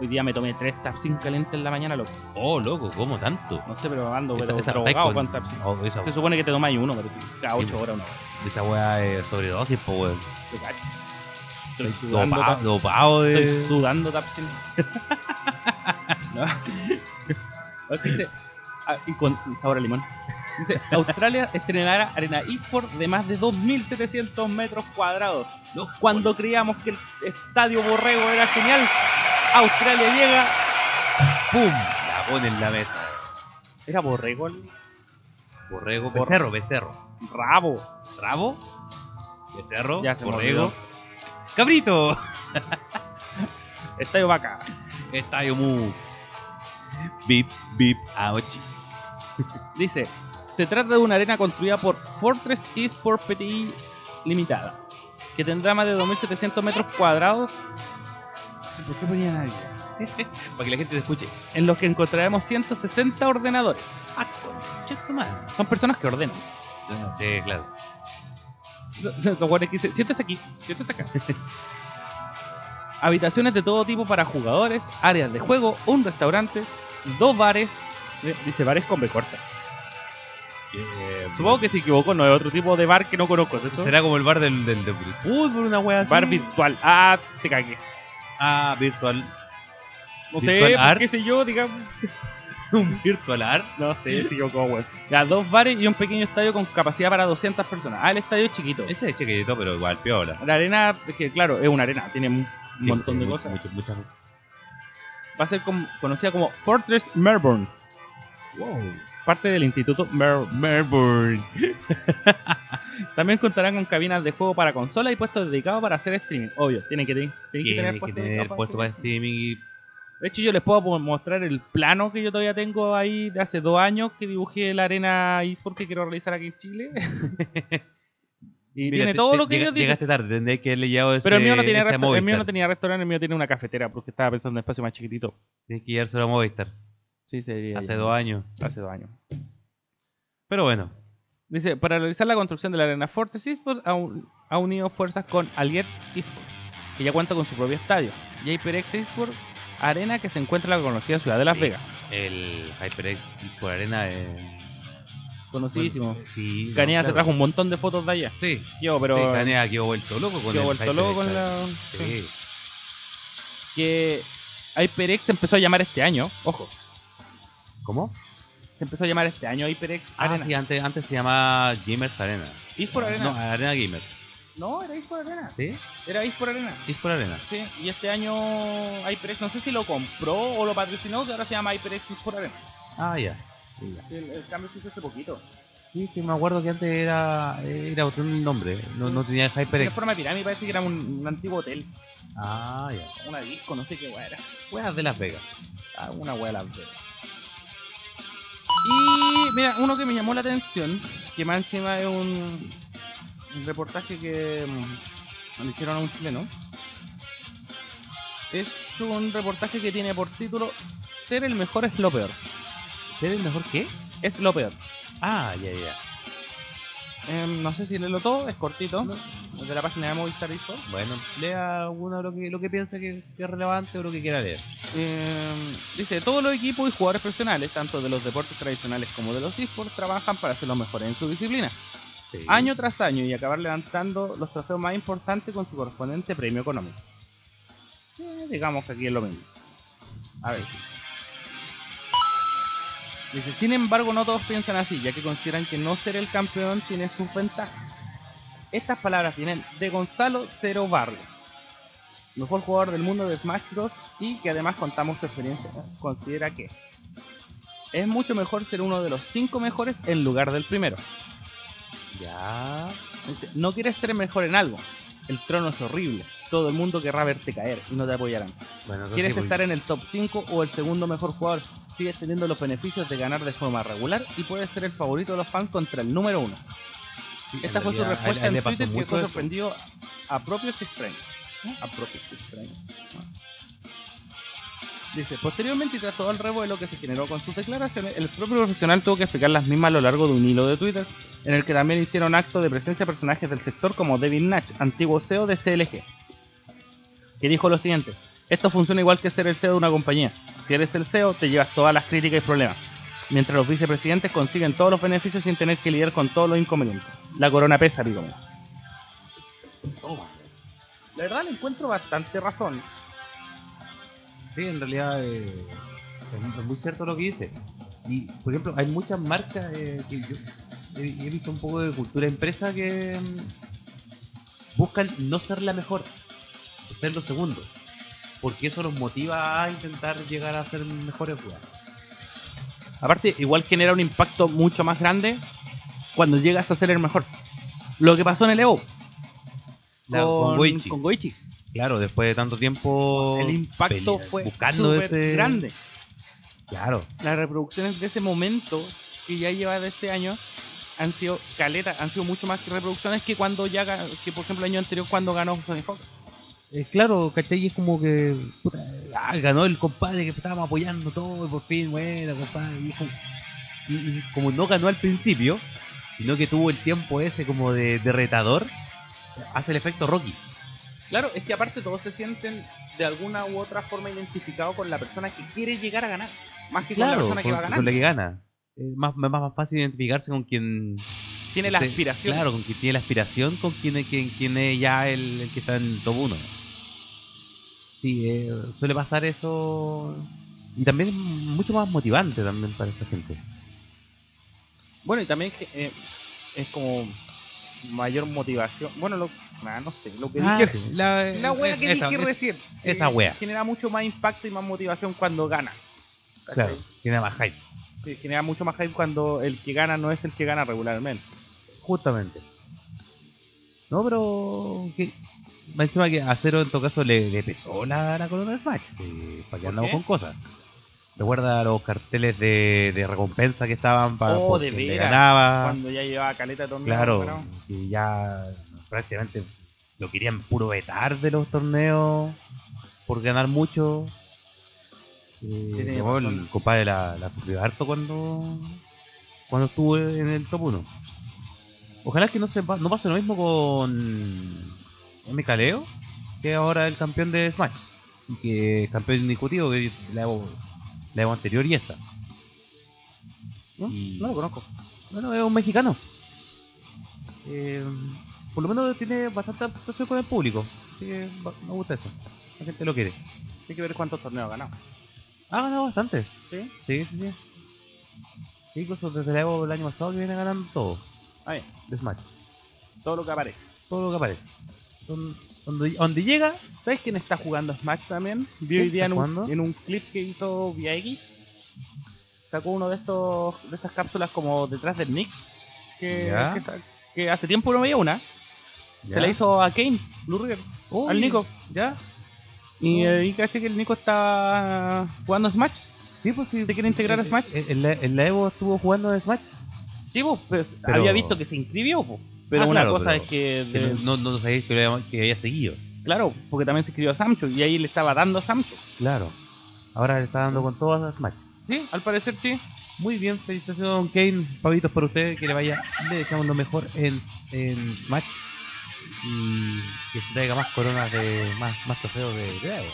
Speaker 2: Hoy día me tomé tres tapsin calientes en la mañana, loco.
Speaker 1: Oh, loco, ¿cómo tanto?
Speaker 2: No sé, pero ando,
Speaker 1: Esa-
Speaker 2: pero
Speaker 1: esa
Speaker 2: drogado
Speaker 1: Taekwondo-
Speaker 2: con Tapsin.
Speaker 1: oh, esa,
Speaker 2: Se supone que te tomáis uno, parece. Cada
Speaker 1: Sí. pues.
Speaker 2: 8 horas, una hora.
Speaker 1: esa weá es sobredosis, po, weón.
Speaker 2: Te cacho. Estoy
Speaker 1: Estoy
Speaker 2: sudando,
Speaker 1: dopa-
Speaker 2: tap-
Speaker 1: Dopado de.
Speaker 2: estoy sudando Tapsin. No. Otra Dice, ah, y con sabor a limón. Dice, Australia estrenará arena eSport de más de 2.700 metros cuadrados. Cuando creíamos que el estadio Borrego era genial, Australia llega...
Speaker 1: ¡Pum! La pone en la mesa.
Speaker 2: ¿Era Borrego el
Speaker 1: Borrego,
Speaker 2: Bor-
Speaker 1: becerro, becerro.
Speaker 2: rabo?
Speaker 1: Rabo, becerro,
Speaker 2: Ya se me
Speaker 1: borrego.
Speaker 2: olvidó.
Speaker 1: Cabrito.
Speaker 2: Estadio Vaca.
Speaker 1: Estadio Mu. Bip, bip, aochi.
Speaker 2: Dice, se trata de una arena construida por Fortress Esport PTI Limitada, que tendrá más de 2.700 metros cuadrados. ¿Por qué ponían ahí?
Speaker 1: Para que la gente te escuche.
Speaker 2: En los que encontraremos 160 ordenadores.
Speaker 1: Ah, concha tu madre.
Speaker 2: Son personas que ordenan.
Speaker 1: Ah, Sí, claro.
Speaker 2: Son- Son son guardias que dicen, siéntese aquí, siéntese acá. Habitaciones de todo tipo para jugadores, áreas de juego, un restaurante, dos bares. Eh, Dice bares con B corta.
Speaker 1: Que-
Speaker 2: Supongo que se equivocó, no es otro tipo de bar que no conozco. ¿cierto?
Speaker 1: Será como el bar del, del, del fútbol, una wea así.
Speaker 2: Bar virtual. Ah, te cagué.
Speaker 1: Ah, virtual.
Speaker 2: No
Speaker 1: Virtual
Speaker 2: sé,
Speaker 1: art.
Speaker 2: qué sé yo, digamos.
Speaker 1: Un virtual art.
Speaker 2: No sé, si yo como weón. Ya, dos bares y un pequeño estadio con capacidad para 200 personas. Ah, el estadio es chiquito.
Speaker 1: Ese es chequito, pero igual, piola.
Speaker 2: La arena, es que claro, es una arena, tiene un
Speaker 1: Sí,
Speaker 2: montón de
Speaker 1: mu-
Speaker 2: cosas.
Speaker 1: mucho- muchas-
Speaker 2: Va a ser como- conocida como Fortress Melbourne,
Speaker 1: Wow.
Speaker 2: parte del Instituto Melbourne.
Speaker 1: Melbourne.
Speaker 2: También contarán con cabinas de juego para consola y puestos dedicados para hacer streaming. Obvio, tienen que, tienen que
Speaker 1: Tiene
Speaker 2: tener
Speaker 1: que
Speaker 2: puestos
Speaker 1: tener
Speaker 2: dedicados
Speaker 1: puesto para streaming y
Speaker 2: De hecho, yo les puedo po- mostrar el plano que yo todavía tengo ahí de hace dos años que dibujé la arena eSport que quiero realizar aquí en Chile. y
Speaker 1: Mira,
Speaker 2: tiene
Speaker 1: te-
Speaker 2: todo
Speaker 1: te-
Speaker 2: lo que
Speaker 1: llega-
Speaker 2: ellos dicen.
Speaker 1: Llegaste tarde, tendrías que haberle llevado ese
Speaker 2: Pero el mío, no tenía
Speaker 1: ese a
Speaker 2: resto- el mío
Speaker 1: Movistar.
Speaker 2: no tenía restaurante, el mío tenía una cafetera porque estaba pensando en un espacio más chiquitito.
Speaker 1: Tienes que llevárselo a Movistar.
Speaker 2: Sí, sería
Speaker 1: Hace dos años.
Speaker 2: hace dos años.
Speaker 1: Pero bueno.
Speaker 2: Dice, para realizar la construcción de la arena Fortes eSports ha, un- ha unido fuerzas con Alliet eSports, que ya cuenta con su propio estadio. Y HyperX eSports Arena que se encuentra en la conocida ciudad de Las
Speaker 1: Sí.
Speaker 2: Vegas.
Speaker 1: El HyperX por arena. Eh,
Speaker 2: Conocidísimo.
Speaker 1: bueno, sí.
Speaker 2: Canea se trajo
Speaker 1: un.
Speaker 2: un montón de fotos de allá.
Speaker 1: Sí.
Speaker 2: Yo,
Speaker 1: Pero,
Speaker 2: pero.
Speaker 1: sí, Canea quedó vuelto loco con
Speaker 2: quedó
Speaker 1: el
Speaker 2: vuelto loco con
Speaker 1: HyperX,
Speaker 2: la-
Speaker 1: Sí.
Speaker 2: Que HyperX empezó a llamar este año, ojo,
Speaker 1: ¿Cómo?
Speaker 2: se empezó a llamar este año HyperX
Speaker 1: Ah,
Speaker 2: Arena.
Speaker 1: sí, antes, antes se llamaba Gamers Arena.
Speaker 2: ¿Esport Arena?
Speaker 1: No, ah. Arena Gamers.
Speaker 2: No, era Ispor Arena.
Speaker 1: ¿Sí?
Speaker 2: Era Ispor Arena.
Speaker 1: Esport Arena.
Speaker 2: Sí, y este año HyperX, no sé si lo compró o lo patrocinó, que ahora se llama HyperX Ispor Arena.
Speaker 1: Ah, ya. Sí, ya.
Speaker 2: El, el cambio se hizo hace poquito.
Speaker 1: Sí, sí, me acuerdo que antes era, era otro nombre. No, no tenía el
Speaker 2: Pero en
Speaker 1: HyperX.
Speaker 2: forma de pirámide parece que era un, un antiguo hotel,
Speaker 1: Ah, ya.
Speaker 2: una disco, no sé qué hueá era.
Speaker 1: Juegas de Las Vegas.
Speaker 2: Ah, una hueá de las vegas. Y mira, uno que me llamó la atención, que más encima es un, un reportaje que mm, le hicieron a un chileno. Es un reportaje que tiene por título Ser el mejor es lo peor.
Speaker 1: ¿Ser el mejor qué?
Speaker 2: Es lo peor.
Speaker 1: Ah, ya, ya.
Speaker 2: Em, no sé si leerlo todo, es cortito. Es de la página de Movistar Info.
Speaker 1: Bueno, lea alguno lo que, lo que piensa que, que es relevante o lo que quiera leer.
Speaker 2: Eh, dice, todos los equipos y jugadores profesionales, tanto de los deportes tradicionales como de los esports, trabajan para ser los mejores en su disciplina,
Speaker 1: Sí.
Speaker 2: año tras año, y acabar levantando los trofeos más importantes con su correspondiente premio económico. Eh, digamos que aquí es lo mismo. A ver. Dice, sin embargo, no todos piensan así, ya que consideran que no ser el campeón tiene sus ventajas. Estas palabras vienen de Gonzalo Cero Barrios, mejor jugador del mundo de Smash Bros. y que además contamos su experiencia. Considera que es mucho mejor ser uno de los cinco mejores en lugar del primero.
Speaker 1: Ya.
Speaker 2: Dice, No quieres ser mejor en algo. El trono es horrible. Todo el mundo querrá verte caer y no te apoyarán.
Speaker 1: Bueno, eso
Speaker 2: ¿Quieres
Speaker 1: sí, pues,
Speaker 2: estar en el top 5 o el segundo mejor jugador? Sigues teniendo los beneficios de ganar de forma regular y puedes ser el favorito de los fans contra el número 1.
Speaker 1: sí,
Speaker 2: Esta
Speaker 1: en
Speaker 2: fue su
Speaker 1: realidad, a él- a
Speaker 2: respuesta
Speaker 1: él
Speaker 2: en
Speaker 1: le pasó
Speaker 2: Twitter que
Speaker 1: mucho
Speaker 2: fue
Speaker 1: eso. ¿Eh?
Speaker 2: sorprendido a propios extraños. A propios extraños. Dice, posteriormente y tras todo el revuelo que se generó con sus declaraciones, el propio profesional tuvo que explicar las mismas a lo largo de un hilo de Twitter, en el que también hicieron acto de presencia personajes del sector como David Natch, antiguo CEO de CLG, que dijo lo siguiente, esto funciona igual que ser el CEO de una compañía, si eres el CEO te llevas todas las críticas y problemas, mientras los vicepresidentes consiguen todos los beneficios sin tener que lidiar con todos los inconvenientes. La corona pesa, digo.
Speaker 1: Toma.
Speaker 2: La verdad le encuentro bastante razón.
Speaker 1: Sí, en realidad eh, es, mu- es muy cierto lo que dice. Y, por ejemplo, hay muchas marcas eh, que yo he, he visto un poco de cultura empresa que mm, buscan no ser la mejor, ser los segundos. Porque eso los motiva a intentar llegar a ser mejores jugadores.
Speaker 2: Aparte, igual genera un impacto mucho más grande cuando llegas a ser el mejor. Lo que pasó en el EO.
Speaker 1: Claro, con Goichi.
Speaker 2: con Goichi.
Speaker 1: Claro, después de tanto tiempo.
Speaker 2: El impacto
Speaker 1: pelea-
Speaker 2: fue
Speaker 1: buscando
Speaker 2: súper
Speaker 1: ese-
Speaker 2: grande.
Speaker 1: Claro,
Speaker 2: Las reproducciones de ese momento que ya lleva de este año han sido caleta, han sido mucho más que reproducciones que cuando ya ga- que por ejemplo el año anterior cuando ganó Sony Fox.
Speaker 1: Eh, claro, ¿cachai? Y es como que puta, ah, ganó el compadre que estábamos apoyando todo y por fin, bueno, compadre. Y, es como- y- y como no ganó al principio, sino que tuvo el tiempo ese como de, de retador, hace el efecto Rocky.
Speaker 2: Claro, es que aparte todos se sienten de alguna u otra forma identificados con la persona que quiere llegar a ganar, más que con la persona que
Speaker 1: con,
Speaker 2: va a ganar.
Speaker 1: con la que gana. Es más, más, más fácil identificarse con quien
Speaker 2: Tiene la
Speaker 1: se-
Speaker 2: aspiración.
Speaker 1: Claro, con quien tiene la aspiración, con quien, quien, quien es ya el, el que está en el top 1. Sí, eh, suele pasar eso. Y también es mucho más motivante también para esta gente.
Speaker 2: Bueno, y también que, eh, es como mayor motivación. Bueno, lo, nah, no sé, lo que
Speaker 1: Ah,
Speaker 2: dije.
Speaker 1: sí, la,
Speaker 2: La wea que
Speaker 1: esa-
Speaker 2: dije
Speaker 1: es-
Speaker 2: recién.
Speaker 1: esa
Speaker 2: eh,
Speaker 1: wea.
Speaker 2: Genera mucho más impacto y más motivación cuando gana. ¿cachai?
Speaker 1: Claro, tiene más hype.
Speaker 2: Sí, genera mucho más hype cuando el que gana no es el que gana regularmente.
Speaker 1: Justamente. No, pero. Que, más encima que a Cero en todo caso le, le pesó la, la corona de Smash. sí, para que
Speaker 2: ¿Por
Speaker 1: andamos
Speaker 2: qué?
Speaker 1: con cosas. Recuerda los carteles de, de recompensa que estaban para
Speaker 2: Oh,
Speaker 1: porque
Speaker 2: de
Speaker 1: le
Speaker 2: veras.
Speaker 1: ganaba.
Speaker 2: Cuando ya llevaba caleta de torneo.
Speaker 1: Claro,
Speaker 2: ganado.
Speaker 1: que ya prácticamente lo querían puro vetar de los torneos por ganar mucho. Eh,
Speaker 2: Sí, tenía
Speaker 1: no, el
Speaker 2: razón.
Speaker 1: compadre la, la sufrió harto cuando, cuando estuvo en el top 1. Ojalá que no, se, pa- no pase lo mismo con M. Caleo, que ahora es el campeón de Smash. Y que es campeón indiscutido, que es la Evo, la Evo anterior y esta.
Speaker 2: ¿No?
Speaker 1: Y-
Speaker 2: no lo conozco.
Speaker 1: bueno, es un mexicano. Eh, por lo menos tiene bastante adaptación con el público. Así que va- me gusta eso. La gente lo quiere.
Speaker 2: Hay que ver cuántos torneos ha ganado.
Speaker 1: Ha ganado bastante.
Speaker 2: ¿Sí?
Speaker 1: Sí, sí, sí. Incluso desde la Evo del año pasado que viene ganando todo
Speaker 2: Ah, bien,
Speaker 1: de Smash.
Speaker 2: todo lo que aparece.
Speaker 1: Todo lo que aparece. Son-
Speaker 2: Donde, donde llega, ¿sabes quién está jugando Smash también? Vi hoy
Speaker 1: ¿Quién
Speaker 2: día en
Speaker 1: está
Speaker 2: un,
Speaker 1: jugando?
Speaker 2: en un clip que hizo VIAX. Sacó uno de estos de estas cápsulas como detrás del Nick. Que,
Speaker 1: Ya.
Speaker 2: que sa- que hace tiempo no veía una.
Speaker 1: ¿ya?
Speaker 2: Se la hizo a Kane, Blue River,
Speaker 1: Uy,
Speaker 2: al Nico.
Speaker 1: ¿Ya? Oh.
Speaker 2: Y ahí caché que el Nico está jugando Smash.
Speaker 1: Sí, pues sí.
Speaker 2: ¿Se quiere integrar a Smash?
Speaker 1: En, en la, en la Evo estuvo jugando de Smash.
Speaker 2: Sí, pues, pues,
Speaker 1: Pero-
Speaker 2: había visto que se inscribió, pues. Pero
Speaker 1: Ah,
Speaker 2: una
Speaker 1: claro,
Speaker 2: cosa
Speaker 1: pero-
Speaker 2: es que.
Speaker 1: Que
Speaker 2: de-
Speaker 1: no, no, no sabía que, lo había- que había seguido.
Speaker 2: Claro, porque también se inscribió a Samcho y ahí le estaba dando a Samcho.
Speaker 1: Claro. Ahora le está dando con todas a Smash.
Speaker 2: Sí, al parecer sí.
Speaker 1: Muy bien, felicitaciones Don Kane, pavitos para usted, que le vaya, le deseamos lo mejor en, en Smash y que se traiga más coronas de más, más trofeos de Dragon.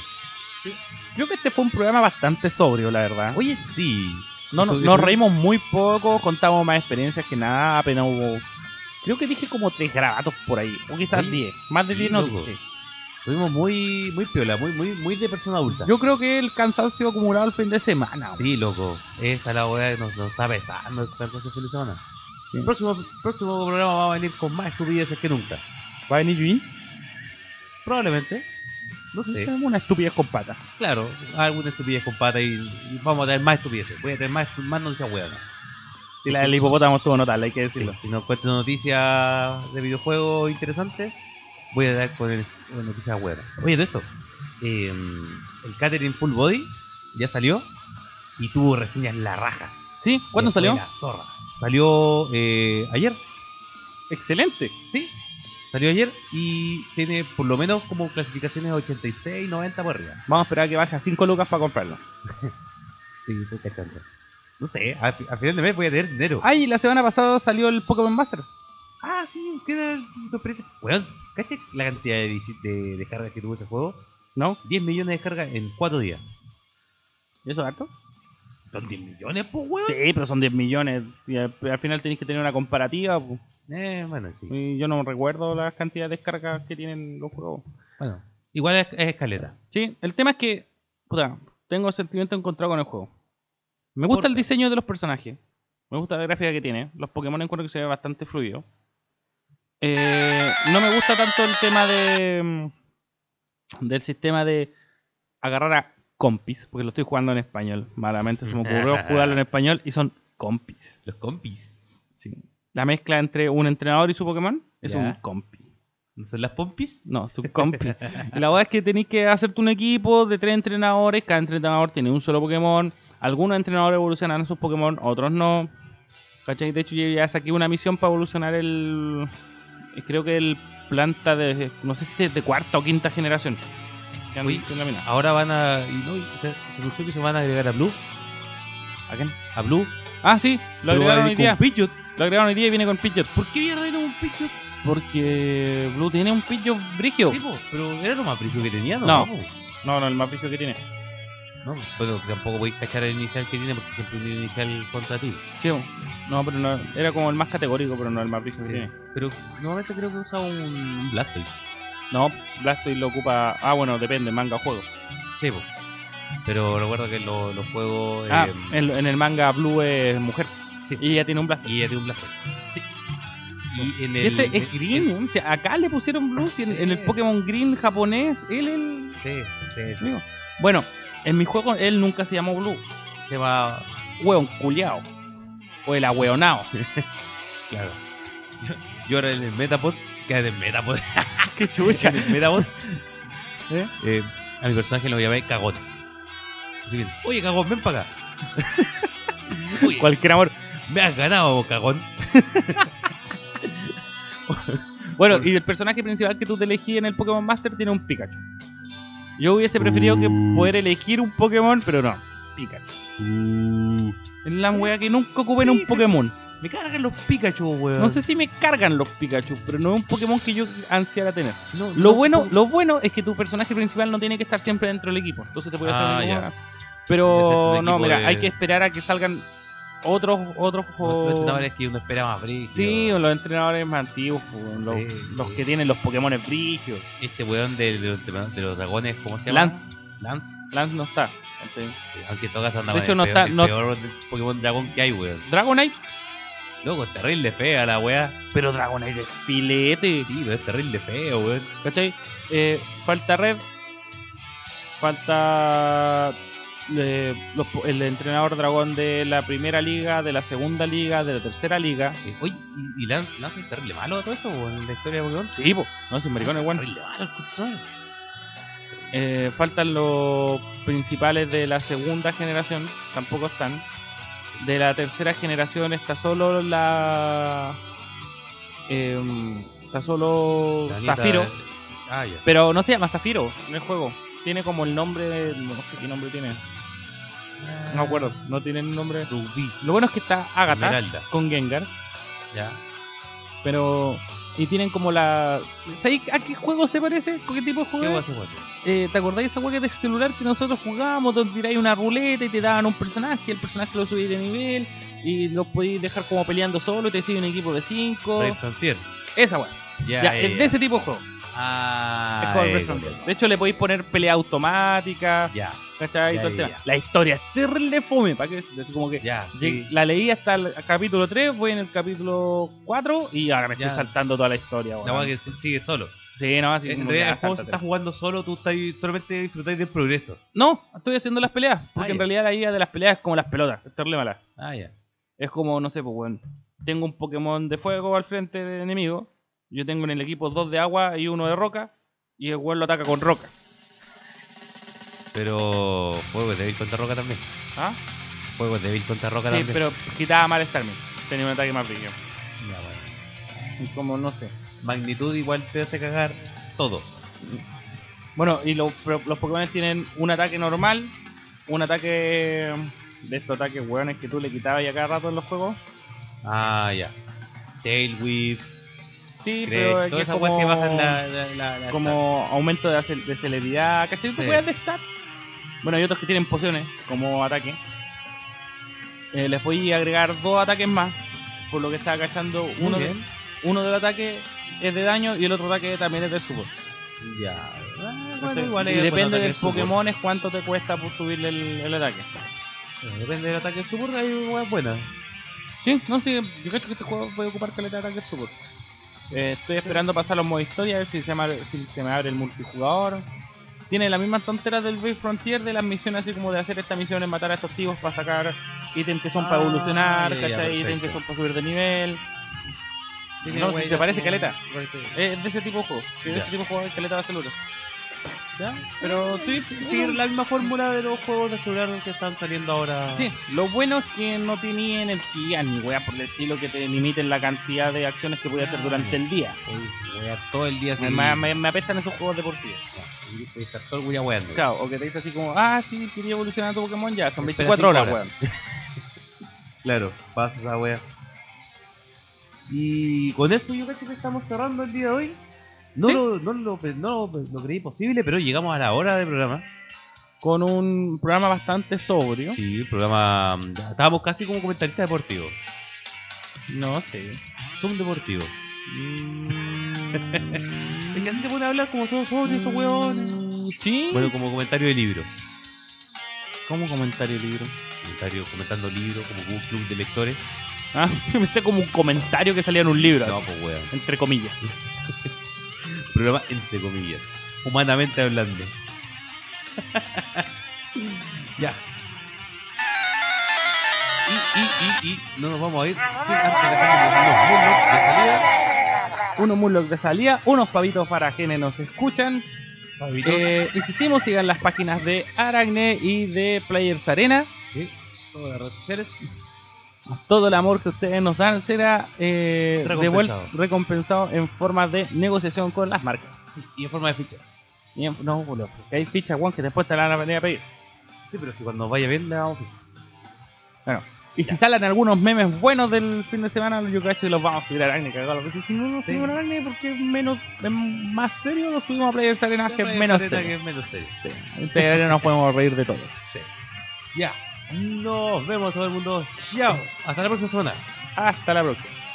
Speaker 2: Creo que este fue un programa bastante sobrio, la verdad.
Speaker 1: Oye sí,
Speaker 2: No, no,
Speaker 1: estu-
Speaker 2: nos
Speaker 1: estu-
Speaker 2: reímos muy poco, contamos más experiencias que nada, apenas hubo... Creo que dije como tres grabatos por ahí, o quizás
Speaker 1: Oye,
Speaker 2: 10, más de
Speaker 1: sí,
Speaker 2: 10 no
Speaker 1: loco.
Speaker 2: dije.
Speaker 1: estuvimos muy, muy piola, muy, muy, muy de persona adulta.
Speaker 2: Yo creo que el cansancio acumulado el fin de semana.
Speaker 1: Sí, loco, esa la weá que nos, nos está pesando esta cosa de fin de semana.
Speaker 2: Sí.
Speaker 1: Próximo, próximo programa va a venir con más estupideces que nunca.
Speaker 2: ¿Va a venir Yuin?
Speaker 1: Probablemente. No sé.
Speaker 2: Es Una estupidez con pata.
Speaker 1: Claro, alguna estupidez, compadre, y y vamos a tener más estupideces. Voy a tener más, más noticias hueonas.
Speaker 2: Y la del hipopótamo estuvo notable, hay que
Speaker 1: Sí, pues,
Speaker 2: decirlo.
Speaker 1: si no encuentro noticias de videojuegos interesantes, voy a dar con el- con noticias hueonas. Oye, de esto, eh, el Catering Full Body ya salió y tuvo reseñas la raja.
Speaker 2: ¿Sí? ¿Cuándo
Speaker 1: Le fue
Speaker 2: salió?
Speaker 1: La zorra. Salió eh, ayer,
Speaker 2: Excelente.
Speaker 1: ¿sí? Salió ayer y tiene por lo menos como clasificaciones 86, 90 por arriba.
Speaker 2: Vamos a esperar a que baje a 5 lucas para comprarlo.
Speaker 1: Sí, estoy cachando. No sé, al, fi- al final de mes voy a tener dinero.
Speaker 2: Ay, y la semana pasada salió el Pokémon Master.
Speaker 1: Ah, sí, ¿qué tal tu experiencia? Weón, ¿caché la cantidad de, visi- de descargas que tuvo ese juego?
Speaker 2: ¿No?
Speaker 1: 10 millones de descargas en 4 días.
Speaker 2: ¿Y eso es harto?
Speaker 1: ¿Son 10 millones, pues, weón?
Speaker 2: Sí, pero son 10 millones. Y al, al final tenéis que tener una comparativa. po.
Speaker 1: Eh, bueno, sí.
Speaker 2: Y yo no recuerdo las cantidades de descargas que tienen los juegos.
Speaker 1: Bueno, igual es, es escaleta.
Speaker 2: Sí, el tema es que, puta, tengo sentimiento encontrado con el juego. Me gusta
Speaker 1: ¿Por
Speaker 2: el
Speaker 1: qué?
Speaker 2: diseño de los personajes. Me gusta la gráfica que tiene. Los Pokémon encuentro que se ve bastante fluido. Eh, no me gusta tanto el tema de mm, del sistema de agarrar a compis, porque lo estoy jugando en español. Malamente se me ocurrió jugarlo en español y son compis.
Speaker 1: Los compis.
Speaker 2: Sí. La mezcla entre un entrenador y su Pokémon es
Speaker 1: Ya.
Speaker 2: un compi.
Speaker 1: ¿No son las pompis?
Speaker 2: No, es un compi. Y la verdad es que tenéis que hacerte un equipo de tres entrenadores. Cada entrenador tiene un solo Pokémon. Algunos entrenadores evolucionan sus Pokémon, otros no. ¿Cachai? De hecho, yo ya saqué una misión para evolucionar el. Creo que el planta de. No sé si es de cuarta o quinta generación. Que ando
Speaker 1: Oye.
Speaker 2: en la mina.
Speaker 1: Ahora van a. Y no, y se, se anunció que se van a agregar a Blue.
Speaker 2: ¿A quién?
Speaker 1: A Blue.
Speaker 2: Ah, sí, lo
Speaker 1: Blue va
Speaker 2: agregaron
Speaker 1: a
Speaker 2: hoy
Speaker 1: venir
Speaker 2: día.
Speaker 1: con Pidgeot.
Speaker 2: Lo agregaron hoy día y viene con Pidgeot.
Speaker 1: ¿Por qué mierda era un Pidgeot?
Speaker 2: Porque Blue tiene un Pidgeot brigio.
Speaker 1: Tipo, pues, pero era lo más brillo que tenía, ¿no?
Speaker 2: No.
Speaker 1: po.
Speaker 2: No, no, el más brigio que tiene.
Speaker 1: No, pero tampoco voy a cachar el inicial que tiene porque siempre un inicial contra ti.
Speaker 2: Sí, no, pero no, era como el más categórico, pero no el más brigio que tiene.
Speaker 1: Eh, Pero normalmente creo que usa un, un Blastoise.
Speaker 2: No, Blastoise lo ocupa. Ah, bueno, depende, manga o juego.
Speaker 1: Sí, po. Pero recuerdo que lo- los juegos.
Speaker 2: ah,
Speaker 1: eh,
Speaker 2: en, en el manga Blue es mujer.
Speaker 1: Sí.
Speaker 2: Y ella tiene un Blastoise.
Speaker 1: Y ella tiene un Blastoise. Sí. Y en
Speaker 2: Si
Speaker 1: el.
Speaker 2: este
Speaker 1: en-
Speaker 2: es Green, weón, si acá le pusieron Blue, si en,
Speaker 1: Sí.
Speaker 2: en el Pokémon Green japonés, él el.
Speaker 1: Sí, sí, sí.
Speaker 2: amigo. Bueno, en mi juego él nunca se llamó Blue.
Speaker 1: Se va.
Speaker 2: Hueón, culiao. O el ahueonao.
Speaker 1: Claro. Yo ahora en el Metapod. Que en el Metapod.
Speaker 2: Qué chucha.
Speaker 1: En el Metapod.
Speaker 2: ¿Eh?
Speaker 1: eh, a mi personaje lo llamé Cagón. Así bien. Oye, Cagón, ven para acá. Oye,
Speaker 2: Cualquier amor.
Speaker 1: Me has ganado, Cagón.
Speaker 2: Bueno, y el personaje principal que tú te elegí en el Pokémon Master tiene un Pikachu. Yo hubiese preferido que
Speaker 1: Uh.
Speaker 2: poder elegir un Pokémon, pero no. Pikachu.
Speaker 1: Uh.
Speaker 2: Es la wea que nunca ocupé en un Pokémon.
Speaker 1: me cargan los Pikachu, weón.
Speaker 2: No sé si me cargan los Pikachu, pero no es un Pokémon que yo ansiara tener.
Speaker 1: No,
Speaker 2: Lo
Speaker 1: no,
Speaker 2: bueno,
Speaker 1: no.
Speaker 2: lo bueno es que tu personaje principal no tiene que estar siempre dentro del equipo. Entonces te puede hacer
Speaker 1: Ah,
Speaker 2: ninguna
Speaker 1: ya.
Speaker 2: wea.
Speaker 1: Ese es
Speaker 2: Pero
Speaker 1: un
Speaker 2: no,
Speaker 1: equipo
Speaker 2: mira,
Speaker 1: de-
Speaker 2: hay que esperar a que salgan otros otros
Speaker 1: Los
Speaker 2: juegos.
Speaker 1: entrenadores que uno esperaba abrir.
Speaker 2: sí, o los entrenadores más antiguos, pues, los,
Speaker 1: Sí,
Speaker 2: los
Speaker 1: sí.
Speaker 2: que tienen los Pokémon brigios.
Speaker 1: Este weón de, de los- de los dragones, ¿cómo se llama?
Speaker 2: Lance.
Speaker 1: Lance. Eh,
Speaker 2: Lance no está. ¿cachai?
Speaker 1: Aunque en todo caso andaba
Speaker 2: De hecho,
Speaker 1: en
Speaker 2: no
Speaker 1: el
Speaker 2: está-
Speaker 1: peor, el
Speaker 2: no-
Speaker 1: peor Pokémon dragón que hay, weón.
Speaker 2: Dragonite,
Speaker 1: Loco, es terrible fea la weá.
Speaker 2: pero Dragonite es filete.
Speaker 1: Sí, pero es terrible feo, weón.
Speaker 2: ¿Cachai? Eh, falta red. Falta eh, los po- el entrenador dragón de la primera liga, de la segunda liga, de la tercera liga.
Speaker 1: Eh, Oye, ¿y, y Lance, Lance es terrible malo todo esto, weón, en la historia de Pokémon?
Speaker 2: Sí, po, no es maricón es bueno.
Speaker 1: Terrible malo el conchetumare.
Speaker 2: Ah, Eh, faltan los principales de la segunda generación, tampoco están. De la tercera generación está solo la. em, está solo
Speaker 1: Planeta-
Speaker 2: Zafiro.
Speaker 1: Ah, ya.
Speaker 2: Pero no se llama Zafiro en el juego. Tiene como el nombre. No sé qué nombre tiene. No me acuerdo. No tiene el nombre.
Speaker 1: Rubí.
Speaker 2: Lo bueno es que está Agatha
Speaker 1: Esmeralda.
Speaker 2: con Gengar.
Speaker 1: Ya.
Speaker 2: Pero. Y tienen como la. ¿Sabéis a qué juego se parece? ¿Con qué tipo de
Speaker 1: ¿Qué
Speaker 2: juego? es?
Speaker 1: pasa, weón?
Speaker 2: Eh, ¿Te acordáis de esa hueá de celular que nosotros jugábamos? Donde tiráis una ruleta y te daban un personaje. El personaje lo subís de nivel. Y lo podéis dejar como peleando solo. Y te decís un equipo de 5.
Speaker 1: Brave Frontier.
Speaker 2: Esa hueá.
Speaker 1: Ya,
Speaker 2: Oh. Ya,
Speaker 1: ya,
Speaker 2: es
Speaker 1: ya.
Speaker 2: de ese tipo de juego.
Speaker 1: Ah,
Speaker 2: Es como el
Speaker 1: eh,
Speaker 2: Breath of the Wild. De hecho, le podéis poner pelea automática.
Speaker 1: Ya,
Speaker 2: ¿Cachai?
Speaker 1: Ya,
Speaker 2: Todo el
Speaker 1: ya,
Speaker 2: tema.
Speaker 1: ya.
Speaker 2: La historia es terrible fome, ¿para qué? decirte? Así como que
Speaker 1: ya, sí.
Speaker 2: lleg- la leí hasta el capítulo 3, voy en el capítulo 4 y ahora me
Speaker 1: Ya.
Speaker 2: estoy saltando toda la historia,
Speaker 1: La
Speaker 2: weón.
Speaker 1: weá que se- sigue solo.
Speaker 2: Sí, no, así
Speaker 1: en
Speaker 2: como
Speaker 1: realidad
Speaker 2: que,
Speaker 1: el juego
Speaker 2: ah,
Speaker 1: se
Speaker 2: sáltatela.
Speaker 1: está jugando solo, tú estás solamente disfrutáis del progreso.
Speaker 2: No, estoy haciendo las peleas, porque
Speaker 1: Ah, ya.
Speaker 2: en realidad la idea de las peleas es como las pelotas, es terrible mala.
Speaker 1: Ah, ya.
Speaker 2: Es como, no sé, pues weón, tengo un Pokémon de fuego al frente del enemigo, yo tengo en el equipo dos de agua y uno de roca, y el weón lo ataca con roca.
Speaker 1: Pero juegos de Bill contra Roca también.
Speaker 2: ¿Ah?
Speaker 1: Juegos de Bill contra Roca
Speaker 2: Sí,
Speaker 1: también.
Speaker 2: pero quitaba mal Starmie, tenía un ataque más brillo.
Speaker 1: Ya, bueno.
Speaker 2: Y como, no sé.
Speaker 1: Magnitud igual te hace cagar todo.
Speaker 2: Bueno, y los pro- los Pokémon tienen un ataque normal, un ataque de estos ataques hueones que tú le quitabas y a cada rato en los juegos.
Speaker 1: Ah, ya. Tail Whip,
Speaker 2: Sí, pero
Speaker 1: Crest,
Speaker 2: aquí
Speaker 1: todas
Speaker 2: es
Speaker 1: esas
Speaker 2: como,
Speaker 1: weas que bajan la. la, la, la-
Speaker 2: como aumento de, acel- de celeridad, ¿cachai? Tú
Speaker 1: Sí.
Speaker 2: puedes de stat. Bueno, hay otros que tienen pociones como ataque. Eh, les voy a agregar dos ataques más, por lo que estaba cachando.
Speaker 1: Muy
Speaker 2: Uno, de-
Speaker 1: bien.
Speaker 2: uno del ataque es de daño y el otro ataque también es de support.
Speaker 1: Ya. Ah, bueno,
Speaker 2: Entonces,
Speaker 1: igual
Speaker 2: Este, y
Speaker 1: es bueno
Speaker 2: depende
Speaker 1: ataque
Speaker 2: del
Speaker 1: support.
Speaker 2: Pokémon es cuánto te cuesta por subirle el- el ataque.
Speaker 1: Eh, Depende del ataque support, hay una buena.
Speaker 2: Sí, no, sí, yo creo que este juego voy a ocupar caleta de ataque support. Eh, estoy esperando pasar los modos historia, a ver si se, me abre, si se me abre el multijugador. Tiene las mismas tonteras del Brave Frontier de las misiones, así como de hacer esta misión es matar a estos tipos para sacar ítems que son para
Speaker 1: Ah,
Speaker 2: evolucionar,
Speaker 1: ya, ya,
Speaker 2: ¿cachai? ítems que
Speaker 1: perfecto.
Speaker 2: son para subir de nivel.
Speaker 1: Tiene
Speaker 2: No, si
Speaker 1: guay,
Speaker 2: se parece
Speaker 1: como-
Speaker 2: caleta. Es de ese tipo de juego, sí, de
Speaker 1: Ya.
Speaker 2: ese tipo de juego de caleta de celular.
Speaker 1: Ya. eh,
Speaker 2: Pero sí,
Speaker 1: Sigue la misma fórmula de los juegos de celular que están saliendo ahora.
Speaker 2: Sí, lo bueno es que no tenía energía ni weá por el estilo que te limiten la cantidad de acciones que podías hacer
Speaker 1: Ah,
Speaker 2: durante
Speaker 1: ya.
Speaker 2: el día.
Speaker 1: Hoy voy a todo el día
Speaker 2: Me,
Speaker 1: sin-
Speaker 2: me- me- me apestan esos juegos deportivos.
Speaker 1: Y te dice, "Todo el día weando".
Speaker 2: Claro, o que te dice así como, ah, sí, quería evolucionar tu Pokémon, ya, son
Speaker 1: Espera
Speaker 2: 24 horas,
Speaker 1: cinco
Speaker 2: weón.
Speaker 1: Claro, pasa esa wea. Y con eso yo creo que estamos cerrando el día de hoy. No,
Speaker 2: ¿Sí?
Speaker 1: lo, no, lo, no lo- lo creí posible, pero llegamos a la hora del programa.
Speaker 2: Con un programa bastante sobrio.
Speaker 1: Sí, el programa. Estábamos casi como comentarista deportivo.
Speaker 2: No sé.
Speaker 1: Son deportivo.
Speaker 2: Mm.
Speaker 1: Es que así te ponen a hablar como son sobrios estos huevones.
Speaker 2: Sí.
Speaker 1: Bueno, como comentario de libro.
Speaker 2: ¿Cómo comentario libro?
Speaker 1: Comentario comentando libros, como un club de lectores.
Speaker 2: Ah, me sé como un comentario que salía en un libro,
Speaker 1: No,
Speaker 2: así,
Speaker 1: pues weón.
Speaker 2: entre comillas.
Speaker 1: Programa entre comillas. Humanamente hablando. ya. Y, y, y, y no nos vamos a ir sin antes dejar los Moonlocks de salida.
Speaker 2: Unos Murlocs de salida, unos pavitos para quienes nos escuchan.
Speaker 1: Pavitos.
Speaker 2: Eh, insistimos, sigan las páginas de Aragne y de Players Arena.
Speaker 1: Sí, todas las redes sociales.
Speaker 2: todo el amor que ustedes nos dan será eh,
Speaker 1: Recompensado.
Speaker 2: devuelto- recompensado en forma de negociación con las marcas.
Speaker 1: Sí, y en forma de fichas.
Speaker 2: Y en- no, boludo, que hay fichas, Juan, que después te la van a venir a pedir.
Speaker 1: Sí, pero si cuando vaya bien le damos fichas.
Speaker 2: Y si salen algunos memes buenos del fin de semana, yo creo que los vamos a subir a Aragne, cagado. Porque si no los
Speaker 1: Sí.
Speaker 2: subimos a Aragne, porque es menos, es más serio, los subimos a Players Arena, que es
Speaker 1: Arena
Speaker 2: menos
Speaker 1: que
Speaker 2: serio.
Speaker 1: es menos serio.
Speaker 2: Sí. En Players Arena nos podemos reír de todos.
Speaker 1: Ya. Nos vemos todo el mundo. Chao. Hasta la próxima semana.
Speaker 2: Hasta la próxima.